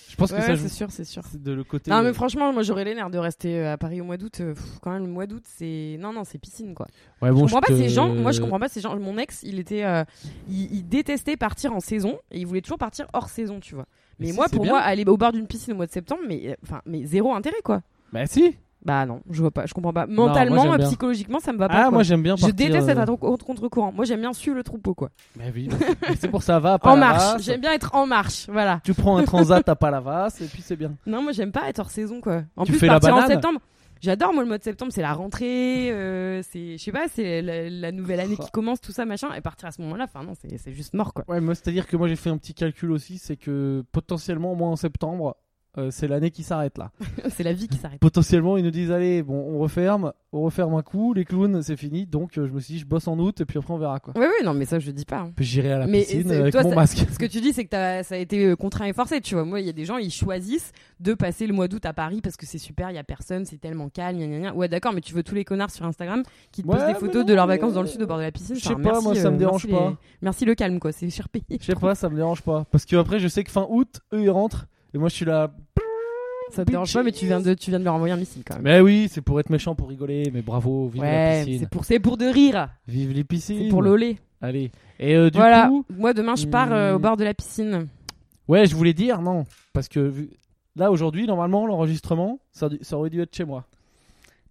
Speaker 1: Je pense
Speaker 2: Ouais,
Speaker 1: que ça joue.
Speaker 2: c'est sûr, c'est sûr.
Speaker 1: De le côté. euh.
Speaker 2: Non mais franchement, moi j'aurais les nerfs de rester euh, à Paris au mois d'août. euh, pff, Quand même, le mois d'août, c'est non non, c'est piscine quoi.
Speaker 1: Ouais, bon,
Speaker 2: je comprends pas
Speaker 1: te-
Speaker 2: ces gens. Moi, je comprends pas ces gens. Mon ex, il était, euh, il, il détestait partir en saison et il voulait toujours partir hors saison, tu vois.
Speaker 1: Mais
Speaker 2: Mais,
Speaker 1: si,
Speaker 2: moi,
Speaker 1: c'est
Speaker 2: pour
Speaker 1: bien.
Speaker 2: moi, aller au bord d'une piscine au mois de septembre, mais euh, enfin, mais zéro intérêt quoi.
Speaker 1: Bah si.
Speaker 2: Bah non, je vois pas, je comprends pas.
Speaker 1: moi,
Speaker 2: Mentalement,
Speaker 1: j'aime
Speaker 2: euh,
Speaker 1: bien.
Speaker 2: psychologiquement, ça me va pas.
Speaker 1: Ah,
Speaker 2: quoi.
Speaker 1: moi j'aime bien
Speaker 2: Je
Speaker 1: partir.
Speaker 2: déteste être
Speaker 1: euh,
Speaker 2: à ton- contre- contre-courant. Moi, j'aime bien suivre le troupeau, quoi.
Speaker 1: bah oui, mais c'est pour ça, va à
Speaker 2: (laughs) En
Speaker 1: Palavas,
Speaker 2: marche. J'aime bien être en marche, voilà.
Speaker 1: Tu prends un transat à Palavas et puis c'est bien.
Speaker 2: Non, moi, j'aime pas être hors saison, quoi. En
Speaker 1: Tu
Speaker 2: plus,
Speaker 1: fais la
Speaker 2: partir en
Speaker 1: banane
Speaker 2: septembre. J'adore, moi, le mois de septembre, c'est la rentrée, euh, c'est, je sais pas, c'est la, la nouvelle année qui commence, tout ça, machin. Et partir à ce moment-là, enfin, non, c'est c'est juste mort, quoi. (laughs)
Speaker 1: Ouais, moi, c'est-à-dire que moi, j'ai fait un petit calcul aussi, c'est que potentiellement, moi, en septembre, euh, c'est l'année qui s'arrête là.
Speaker 2: c'est la vie qui s'arrête.
Speaker 1: Potentiellement, ils nous disent, allez, bon, on referme, on referme un coup, les clowns, c'est fini. Donc, euh, je me suis dit, je bosse en août et puis après, on verra quoi.
Speaker 2: Oui, oui, non, mais ça, je dis pas. hein.
Speaker 1: Puis J'irai à la
Speaker 2: Mais
Speaker 1: piscine
Speaker 2: c'est-
Speaker 1: avec
Speaker 2: toi,
Speaker 1: mon
Speaker 2: ça- (laughs)
Speaker 1: masque.
Speaker 2: Ce que tu dis, c'est que t'as- ça a été euh, contraint et forcé, tu vois. Moi, il y a des gens, ils choisissent de passer le mois d'août à Paris parce que c'est super, il y a personne, c'est tellement calme, gna gna gna. Ouais, d'accord, mais tu veux tous les connards sur Instagram qui te
Speaker 1: Ouais,
Speaker 2: posent des
Speaker 1: mais
Speaker 2: photos
Speaker 1: non,
Speaker 2: de leurs
Speaker 1: mais-
Speaker 2: vacances dans le sud au bord de la piscine.
Speaker 1: Je sais
Speaker 2: Enfin,
Speaker 1: pas,
Speaker 2: merci,
Speaker 1: moi, ça me
Speaker 2: euh,
Speaker 1: dérange
Speaker 2: merci
Speaker 1: pas.
Speaker 2: les- Merci le calme, quoi, c'est surpayé.
Speaker 1: Je sais pas, ça me dérange pas. Parce que après, je sais que fin août, eux, ils rentrent. Et moi, je suis là.
Speaker 2: Ça te dérange pas, mais tu viens de, tu viens de leur envoyer un missile quand même.
Speaker 1: Mais oui, c'est pour être méchant, pour rigoler. Mais bravo, vive la
Speaker 2: ouais,
Speaker 1: piscine.
Speaker 2: c'est pour, c'est pour de rire,
Speaker 1: Vive les piscines.
Speaker 2: c'est pour l'olé.
Speaker 1: Allez. Et euh, du
Speaker 2: Voilà,
Speaker 1: coup,
Speaker 2: moi demain, je pars euh, au
Speaker 1: hmm.
Speaker 2: bord de la piscine.
Speaker 1: ouais, je voulais dire, non. Parce que vu- là, aujourd'hui, normalement, l'enregistrement, ça, ça aurait dû être chez moi.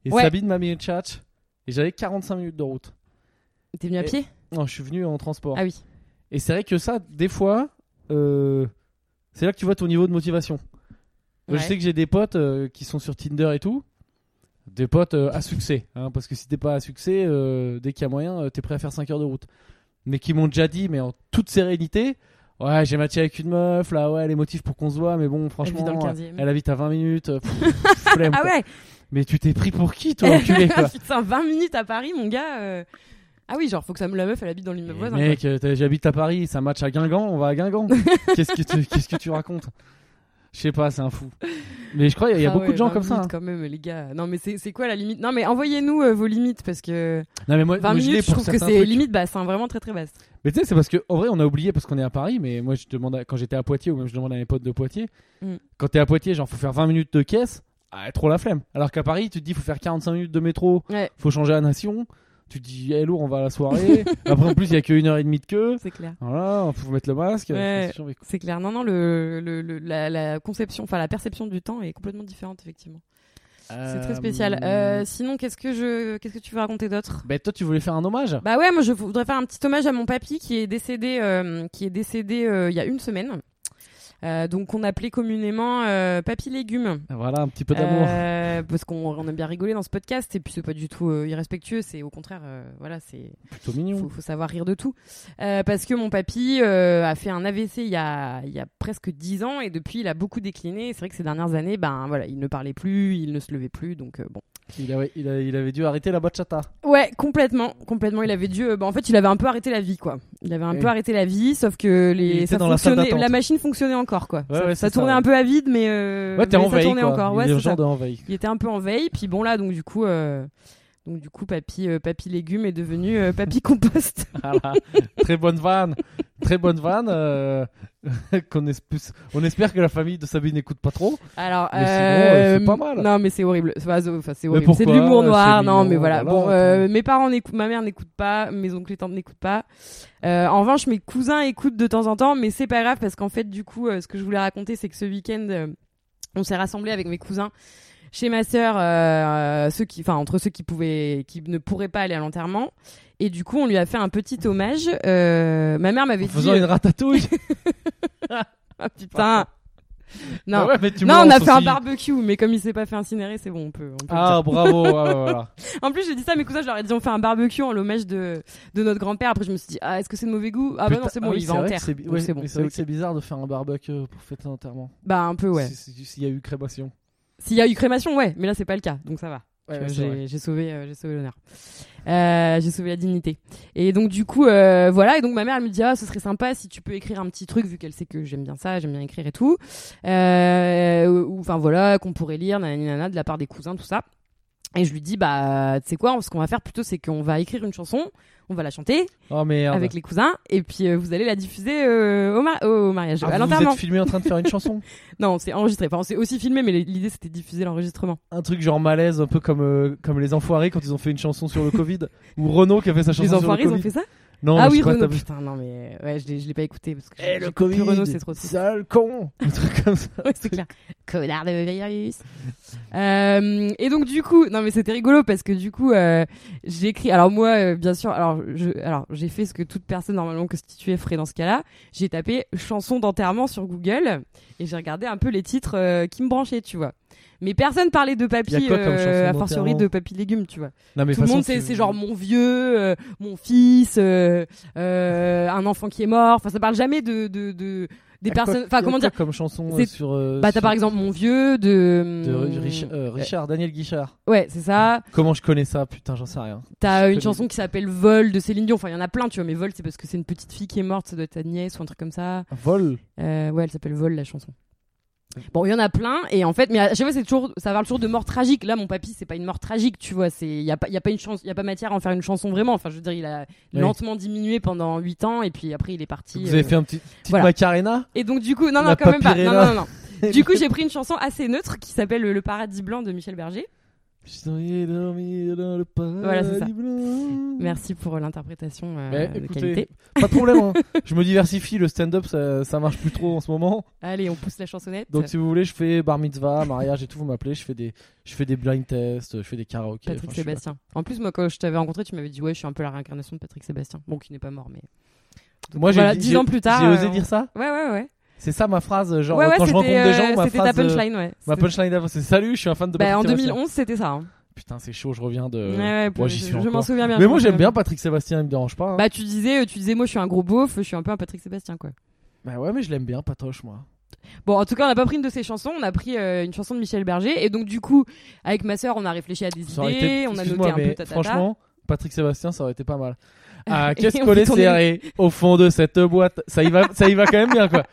Speaker 1: Et
Speaker 2: Ouais.
Speaker 1: Sabine m'a mis une chat. Et j'avais 45 minutes de route.
Speaker 2: T'es venu à
Speaker 1: Et-
Speaker 2: pied
Speaker 1: Non, je suis venu en transport.
Speaker 2: Ah oui.
Speaker 1: Et c'est vrai que ça, des fois, euh, c'est là que tu vois ton niveau de motivation. Moi, Je
Speaker 2: Ouais.
Speaker 1: sais que j'ai des potes euh, qui sont sur Tinder et tout. Des potes euh, à succès. hein, parce que si t'es pas à succès, euh, dès qu'il y a moyen, euh, t'es prêt à faire 5 heures de route. Mais qui m'ont déjà dit, mais en toute sérénité, ouais, j'ai matché avec une meuf, là, ouais, les motifs pour qu'on se voit, mais bon,
Speaker 2: vit
Speaker 1: franchement, euh,
Speaker 2: dans le 15e.
Speaker 1: elle habite à 20 minutes.
Speaker 2: (laughs)
Speaker 1: euh, pff, flemme,
Speaker 2: Ah
Speaker 1: quoi.
Speaker 2: ouais
Speaker 1: Mais tu t'es pris pour qui, toi,
Speaker 2: (laughs)
Speaker 1: enculé, quoi
Speaker 2: Putain, 20 minutes à Paris, mon gars. euh. Ah oui, genre, faut que ça me la meuf, elle habite dans l'immeuble
Speaker 1: Eh
Speaker 2: voisin.
Speaker 1: mec, euh, t'as- j'habite à Paris, ça match à Guingamp, on va à
Speaker 2: (laughs)
Speaker 1: Guingamp. qu'est-ce que tu, qu'est-ce que tu racontes Je sais pas, c'est un fou. Mais je crois qu'il y a
Speaker 2: Ah
Speaker 1: beaucoup
Speaker 2: ouais,
Speaker 1: de gens
Speaker 2: 20
Speaker 1: comme ça. hein.
Speaker 2: minutes quand même, les gars. Non, mais c'est c'est quoi la limite Non, mais envoyez-nous euh, vos limites parce que
Speaker 1: hein. Non mais moi,
Speaker 2: 20
Speaker 1: moi, je l'ai
Speaker 2: minutes, je
Speaker 1: pour
Speaker 2: trouve que
Speaker 1: certains
Speaker 2: c'est
Speaker 1: trucs.
Speaker 2: limite basse, hein, vraiment très très basse.
Speaker 1: Mais tu sais, c'est parce que en vrai, on a oublié parce qu'on est à Paris. Mais moi, je demande à- quand j'étais à Poitiers ou même je demande à mes potes de Poitiers.
Speaker 2: Mm.
Speaker 1: Quand t'es à Poitiers, genre faut faire 20 minutes de caisse, ah, trop la flemme. Alors qu'à Paris, tu te dis faut faire 45 minutes de métro,
Speaker 2: Ouais.
Speaker 1: faut changer à nation. Tu te dis, eh lourd, on va à la
Speaker 2: (laughs)
Speaker 1: soirée. Après, en plus, il y a qu'une heure et demie de queue.
Speaker 2: C'est clair.
Speaker 1: Voilà, faut mettre le masque.
Speaker 2: Ouais.
Speaker 1: C'est chiant, mais-
Speaker 2: C'est clair. Non, non, le, le- le- la, la conception, enfin la perception du temps est complètement différente, effectivement. C'est très spécial.
Speaker 1: Euh,
Speaker 2: Euh, sinon, qu'est-ce que je, qu'est-ce que tu veux raconter d'autre
Speaker 1: Ben toi, tu voulais faire un hommage
Speaker 2: Bah ouais, moi je voudrais faire un petit hommage à mon papy qui est décédé, euh, qui est décédé euh, il y a une semaine. euh, donc qu'on appelait communément euh, papy légumes.
Speaker 1: Voilà, un petit peu d'amour.
Speaker 2: Euh, parce qu'on on aime bien rigoler dans ce podcast et puis c'est pas du tout euh, irrespectueux, c'est au contraire, euh, voilà, c'est
Speaker 1: Plutôt mignon.
Speaker 2: faut, faut savoir rire de tout. Euh, parce que mon papy euh, a fait un AVC il y a, il y a presque 10 ans et depuis il a beaucoup décliné. C'est vrai que ces dernières années, ben voilà, il ne parlait plus, il ne se levait plus, donc euh, bon.
Speaker 1: Il avait, il, a- il avait dû arrêter la bachata.
Speaker 2: Ouais, complètement, complètement. Il avait dû, euh, bah, en fait, il avait un peu arrêté la vie, quoi. Il avait un
Speaker 1: Oui.
Speaker 2: peu arrêté la vie, sauf que
Speaker 1: Il
Speaker 2: les,
Speaker 1: était
Speaker 2: ça
Speaker 1: dans la salle
Speaker 2: fonctionnait,
Speaker 1: d'attente.
Speaker 2: la machine fonctionnait encore, quoi.
Speaker 1: Ouais,
Speaker 2: ça,
Speaker 1: ouais, c'est
Speaker 2: ça
Speaker 1: ça,
Speaker 2: tournait
Speaker 1: ouais.
Speaker 2: un peu à vide, mais, euh,
Speaker 1: Ouais, t'es
Speaker 2: mais
Speaker 1: en
Speaker 2: ça
Speaker 1: veille.
Speaker 2: tournait
Speaker 1: Quoi.
Speaker 2: encore.
Speaker 1: Il
Speaker 2: Ouais,
Speaker 1: est
Speaker 2: c'est ça.
Speaker 1: genre de en veille.
Speaker 2: Il était un peu en veille, puis bon là, donc du coup, euh, donc du coup, papy, euh, papy légumes est devenu euh, papy compost.
Speaker 1: Voilà. Très bonne vanne. Très bonne vanne. euh, (laughs) qu'on es- plus- On espère que la famille de Sabine n'écoute pas trop.
Speaker 2: Alors,
Speaker 1: Mais sinon, euh, c'est pas mal.
Speaker 2: Non, mais c'est horrible. Enfin, c'est- enfin, c'est horrible.
Speaker 1: pourquoi
Speaker 2: C'est de l'humour
Speaker 1: C'est
Speaker 2: noir.
Speaker 1: mignon,
Speaker 2: Non, mais voilà.
Speaker 1: voilà,
Speaker 2: bon, euh, mes parents n'écoutent, ma mère n'écoute pas, mes oncles et tantes n'écoutent pas. Euh, en revanche, mes cousins écoutent de temps en temps, mais c'est pas grave parce qu'en fait, du coup, euh, ce que je voulais raconter, c'est que ce week-end, euh, on s'est rassemblés avec mes cousins chez ma sœur, euh, ceux qui, enfin, entre ceux qui pouvaient, qui ne pourraient pas aller à l'enterrement. Et du coup, on lui a fait un petit hommage. Euh, ma mère m'avait
Speaker 1: En
Speaker 2: dit. (laughs)
Speaker 1: faisant une ratatouille.
Speaker 2: Ah, putain. Non.
Speaker 1: Ah ouais, mais tu me
Speaker 2: Non, on a
Speaker 1: lances
Speaker 2: fait un
Speaker 1: aussi.
Speaker 2: barbecue, mais comme il s'est pas fait incinérer, c'est bon, on peut. on peut le
Speaker 1: Ah, bravo. ouais, ouais, voilà.
Speaker 2: dire. En plus, j'ai dit ça à mes cousins, je leur ai dit on fait un barbecue en l'hommage de, de notre grand-père. Après, je me suis dit, ah, est-ce que c'est de mauvais goût Ah, bah non,
Speaker 1: Putain,
Speaker 2: c'est bon,
Speaker 1: oui,
Speaker 2: il va
Speaker 1: c'est
Speaker 2: en
Speaker 1: vrai
Speaker 2: terre.
Speaker 1: que c'est bi-
Speaker 2: Donc
Speaker 1: ouais,
Speaker 2: c'est bon.
Speaker 1: mais
Speaker 2: c'est
Speaker 1: vrai
Speaker 2: ok.
Speaker 1: que c'est bizarre de faire un barbecue pour fêter un enterrement.
Speaker 2: Bah, un peu, ouais.
Speaker 1: Si- si- S'il y a eu crémation.
Speaker 2: S'il y a eu crémation, ouais, mais là, c'est pas le cas, donc ça va. Tu vois,
Speaker 1: c'est vrai.
Speaker 2: j'ai j'ai sauvé, euh, j'ai sauvé l'honneur. Euh, j'ai sauvé la dignité. Et donc du coup, euh, voilà. Et donc ma mère elle me dit ah ce serait sympa si tu peux écrire un petit truc vu qu'elle sait que j'aime bien ça, j'aime bien écrire et tout. Euh, ou enfin voilà qu'on pourrait lire nanani, nanana, de la part des cousins tout ça. Et je lui dis bah tu sais quoi, ce qu'on va faire plutôt c'est qu'on va écrire une chanson, on va la chanter
Speaker 1: Oh merde.
Speaker 2: avec les cousins et puis euh, vous allez la diffuser euh, au, ma- au mariage,
Speaker 1: Ah,
Speaker 2: à
Speaker 1: vous vous êtes
Speaker 2: l'enterrement.
Speaker 1: filmé en train de faire une chanson.
Speaker 2: Non, c'est enregistré. Enfin, c'est aussi filmé, mais l'idée c'était de diffuser l'enregistrement.
Speaker 1: Un truc genre malaise, un peu comme, euh, comme les enfoirés quand ils ont fait une chanson sur le Covid. Ou Renaud qui a fait sa chanson
Speaker 2: Les
Speaker 1: sur le
Speaker 2: enfoirés ils
Speaker 1: Covid.
Speaker 2: ont fait ça.
Speaker 1: Non,
Speaker 2: ah
Speaker 1: je
Speaker 2: oui,
Speaker 1: sais pas,
Speaker 2: Renault.
Speaker 1: t'as vu-
Speaker 2: Putain, non, mais euh, ouais, je l'ai, je l'ai pas écouté parce que.
Speaker 1: Eh,
Speaker 2: j'ai
Speaker 1: le
Speaker 2: plus
Speaker 1: Covid.
Speaker 2: Renault, c'est trop triste. (laughs)
Speaker 1: Sale con. (laughs) Un truc comme ça.
Speaker 2: Ouais, c'est clair. Connard de virus. Euh, et donc, du coup, non, mais c'était rigolo parce que du coup, euh, j'ai écrit. Alors, moi, euh, bien sûr, alors, je, alors, j'ai fait ce que toute personne normalement constituée ferait dans ce cas-là. J'ai tapé chanson d'enterrement sur Google et j'ai regardé un peu les titres euh, qui me branchaient, tu vois. Mais personne parlait de
Speaker 1: Y
Speaker 2: papy, euh,
Speaker 1: a quoi comme chanson
Speaker 2: a fortiori
Speaker 1: d'enterrement
Speaker 2: de papy légumes, tu vois.
Speaker 1: Non, mais
Speaker 2: Tout le monde, c'est c'est genre mon vieux, euh, mon fils, euh, euh, un enfant qui est mort. Enfin, ça parle jamais de, de, de- des personnes. Enfin, comment dire
Speaker 1: Comme chanson euh,
Speaker 2: C'est-
Speaker 1: sur. euh,
Speaker 2: Bah, t'as
Speaker 1: sur-
Speaker 2: par exemple mon vieux de. hum,
Speaker 1: de Rich- euh, Richard, Daniel Guichard.
Speaker 2: Ouais, c'est ça.
Speaker 1: Comment je connais ça Putain, j'en sais rien.
Speaker 2: T'as euh, une
Speaker 1: connais-
Speaker 2: chanson qui s'appelle Vol de Céline Dion. Enfin, il y en a plein, tu vois. Mais Vol, c'est parce que c'est une petite fille qui est morte. Ça doit être ta nièce ou un truc comme ça.
Speaker 1: Vol.
Speaker 2: Euh, ouais, elle s'appelle Vol, la chanson. Bon, il y en a plein, et en fait, mais à chaque fois, c'est toujours, ça parle toujours de mort tragique. Là, mon papy, c'est pas une mort tragique, tu vois. C'est, il y a pas, il y a pas une chance, il y a pas matière à en faire une chanson vraiment. Enfin, je veux dire, il a
Speaker 1: Oui.
Speaker 2: lentement diminué pendant 8 ans, et puis après, il est parti.
Speaker 1: Vous
Speaker 2: euh,
Speaker 1: avez fait un petit, petite
Speaker 2: voilà.
Speaker 1: Macarena
Speaker 2: Et donc, du coup, non, non,
Speaker 1: la
Speaker 2: quand même pas. Non,
Speaker 1: papyrella.
Speaker 2: non, non.
Speaker 1: (laughs)
Speaker 2: non. du coup, j'ai pris une chanson assez neutre qui s'appelle Le Paradis Blanc de Michel Berger.
Speaker 1: J'ai dormi dans le
Speaker 2: Voilà, c'est ça.
Speaker 1: paradis blanc.
Speaker 2: Merci pour l'interprétation euh,
Speaker 1: Mais
Speaker 2: de
Speaker 1: Bah, écoutez,
Speaker 2: qualité.
Speaker 1: Pas de problème,
Speaker 2: (laughs)
Speaker 1: hein. je me diversifie, le stand-up ça, ça marche plus trop en ce moment.
Speaker 2: Allez, on pousse la chansonnette.
Speaker 1: Donc si vous voulez, je fais bar mitzvah, mariage et tout, vous m'appelez, je fais des je fais des blind tests, je fais des karaokés.
Speaker 2: Patrick
Speaker 1: enfin, je suis
Speaker 2: Sébastien. En plus, moi, quand je t'avais rencontré, tu m'avais dit, ouais, je suis un peu la réincarnation de Patrick Sébastien. Bon, qui n'est pas mort, mais.
Speaker 1: là. Moi j'ai
Speaker 2: voilà,
Speaker 1: dit-
Speaker 2: dix
Speaker 1: j'ai-
Speaker 2: ans plus tard,
Speaker 1: J'ai
Speaker 2: euh,
Speaker 1: osé
Speaker 2: on-
Speaker 1: dire ça
Speaker 2: Ouais, ouais, ouais.
Speaker 1: C'est ça ma phrase euh, genre
Speaker 2: ouais, ouais,
Speaker 1: quand je rencontre
Speaker 2: c'était,
Speaker 1: des
Speaker 2: euh,
Speaker 1: gens, ma
Speaker 2: C'était ta
Speaker 1: phrase euh,
Speaker 2: punchline, ouais.
Speaker 1: ma
Speaker 2: C'était-
Speaker 1: punchline d'avant, c'est salut, je suis un fan de
Speaker 2: Bah,
Speaker 1: Patrick
Speaker 2: en
Speaker 1: Sébastien.
Speaker 2: 2011, c'était ça. hein.
Speaker 1: Putain, c'est chaud, je reviens de
Speaker 2: Ouais, ouais,
Speaker 1: Moi,
Speaker 2: je-
Speaker 1: j'y suis
Speaker 2: je m'en
Speaker 1: encore.
Speaker 2: souviens bien.
Speaker 1: Mais
Speaker 2: je
Speaker 1: moi
Speaker 2: m'en
Speaker 1: j'aime
Speaker 2: souviens
Speaker 1: bien Patrick Sébastien, il me dérange pas. hein.
Speaker 2: Bah, tu disais, tu disais, moi, je suis un gros beauf, je suis un peu un Patrick Sébastien, quoi.
Speaker 1: Bah ouais, mais je l'aime bien Patoche moi.
Speaker 2: Bon, en tout cas, on n'a pas pris une de ses chansons, on a pris euh, une chanson de Michel Berger. Et donc, du coup, avec ma sœur, on a réfléchi à des
Speaker 1: Ça aurait
Speaker 2: idées,
Speaker 1: été-
Speaker 2: on a
Speaker 1: excuse-moi,
Speaker 2: noté un peu
Speaker 1: mais
Speaker 2: tata.
Speaker 1: Franchement, Patrick Sébastien, ça aurait été pas mal.
Speaker 2: (laughs)
Speaker 1: Ah,
Speaker 2: Et
Speaker 1: qu'est-ce
Speaker 2: on
Speaker 1: qu'on
Speaker 2: peut
Speaker 1: est
Speaker 2: tourner.
Speaker 1: serré au fond de cette boîte Ça y va, ça y va quand même bien quoi.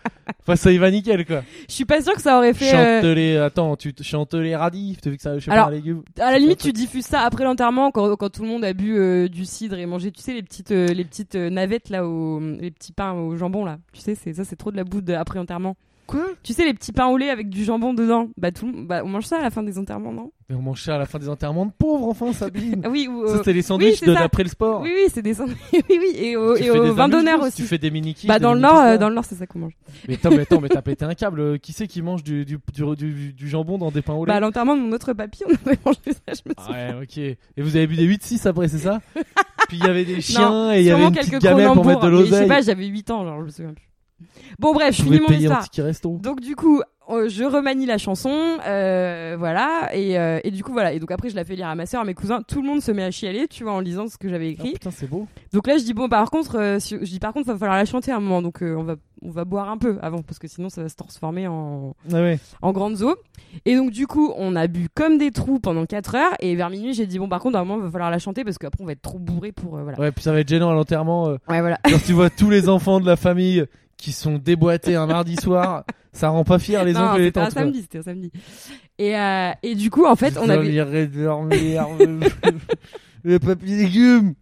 Speaker 1: Enfin, ça y va nickel
Speaker 2: (laughs)
Speaker 1: quoi.
Speaker 2: Je suis pas sûre que ça aurait fait. euh,
Speaker 1: Chante les, attends, tu te- chante les radis. T'as vu que ça, je sais
Speaker 2: Alors,
Speaker 1: pas, un légume.
Speaker 2: À la limite,
Speaker 1: C'est un
Speaker 2: tu diffuses ça après l'enterrement quand, quand tout le monde a bu euh, du cidre et mangé, tu sais, les petites, euh, les petites euh, navettes là, au, les petits pains au jambon là. Tu sais, c'est, ça, c'est trop de la boude euh, après enterrement.
Speaker 1: Quoi
Speaker 2: Tu sais, les petits pains au lait avec du jambon dedans. Bah, tout, le monde- bah, on mange ça à la fin des enterrements, non
Speaker 1: Mais on mange ça à la fin des enterrements de pauvres enfants, Sabine.
Speaker 2: Ah oui, ou,
Speaker 1: ça
Speaker 2: (laughs) euh,
Speaker 1: c'était les sandwichs
Speaker 2: c'est
Speaker 1: de
Speaker 2: ça.
Speaker 1: d'après le sport.
Speaker 2: oui, oui, c'est des sandwichs. (laughs) oui, oui, et au,
Speaker 1: Tu
Speaker 2: et
Speaker 1: fais
Speaker 2: au
Speaker 1: des
Speaker 2: vin d'honneur
Speaker 1: amuse-bouches, Tu
Speaker 2: aussi.
Speaker 1: fais des mini
Speaker 2: Bah, dans le nord, euh, dans le nord, c'est ça qu'on mange.
Speaker 1: Mais attends, mais attends,
Speaker 2: (laughs)
Speaker 1: mais t'as pété un câble. Euh, Qui c'est qui mange du, du, du, du- du jambon dans des pains au lait
Speaker 2: Bah, à l'enterrement de mon autre papy, (laughs) on avait mangé ça, je me
Speaker 1: Ah
Speaker 2: souviens.
Speaker 1: Ouais, ok. Et vous avez bu des 8-6 après, c'est
Speaker 2: (laughs)
Speaker 1: ça Puis il y avait des chiens et il y avait
Speaker 2: Sûrement
Speaker 1: une petite
Speaker 2: oh, quelques
Speaker 1: gamelle pour mettre de
Speaker 2: Cronenbourg, mais Je sais
Speaker 1: l'oseille.
Speaker 2: pas, j'avais 8 ans, genre, je me souviens plus. Bon, bref, je
Speaker 1: pouvais
Speaker 2: finis mon
Speaker 1: payer un
Speaker 2: histoire.
Speaker 1: petit resto.
Speaker 2: Donc du coup, euh, je remanie la chanson, euh, voilà, et, euh, et du coup voilà. Et donc après, je la fais lire à ma sœur, à mes cousins, tout le monde se met à chialer, tu vois, en lisant ce que j'avais
Speaker 1: Ah,
Speaker 2: écrit.
Speaker 1: putain, c'est beau.
Speaker 2: Donc là, je dis bon, par contre, euh, si- je dis par contre, va falloir la chanter à un moment, donc euh, on va on va boire un peu avant, parce que sinon ça va se transformer en
Speaker 1: Ah ouais.
Speaker 2: en grande eaux. Et donc du coup, on a bu comme des trous pendant 4 heures, et vers minuit, j'ai dit bon, par contre, à un moment, va falloir la chanter parce qu'après on va être trop bourré pour euh, voilà.
Speaker 1: Ouais, puis ça va être gênant à l'enterrement. euh,
Speaker 2: Ouais, voilà.
Speaker 1: quand tu vois tous les enfants de la famille qui sont déboîtés un mardi soir, ça rend pas fier les
Speaker 2: (laughs) Non,
Speaker 1: oncles et les
Speaker 2: c'était un
Speaker 1: tantes. quoi.
Speaker 2: samedi, c'était un samedi. Et euh, et du coup, en fait, on avait
Speaker 1: Dormir et dormir. (laughs) Le papier légumes.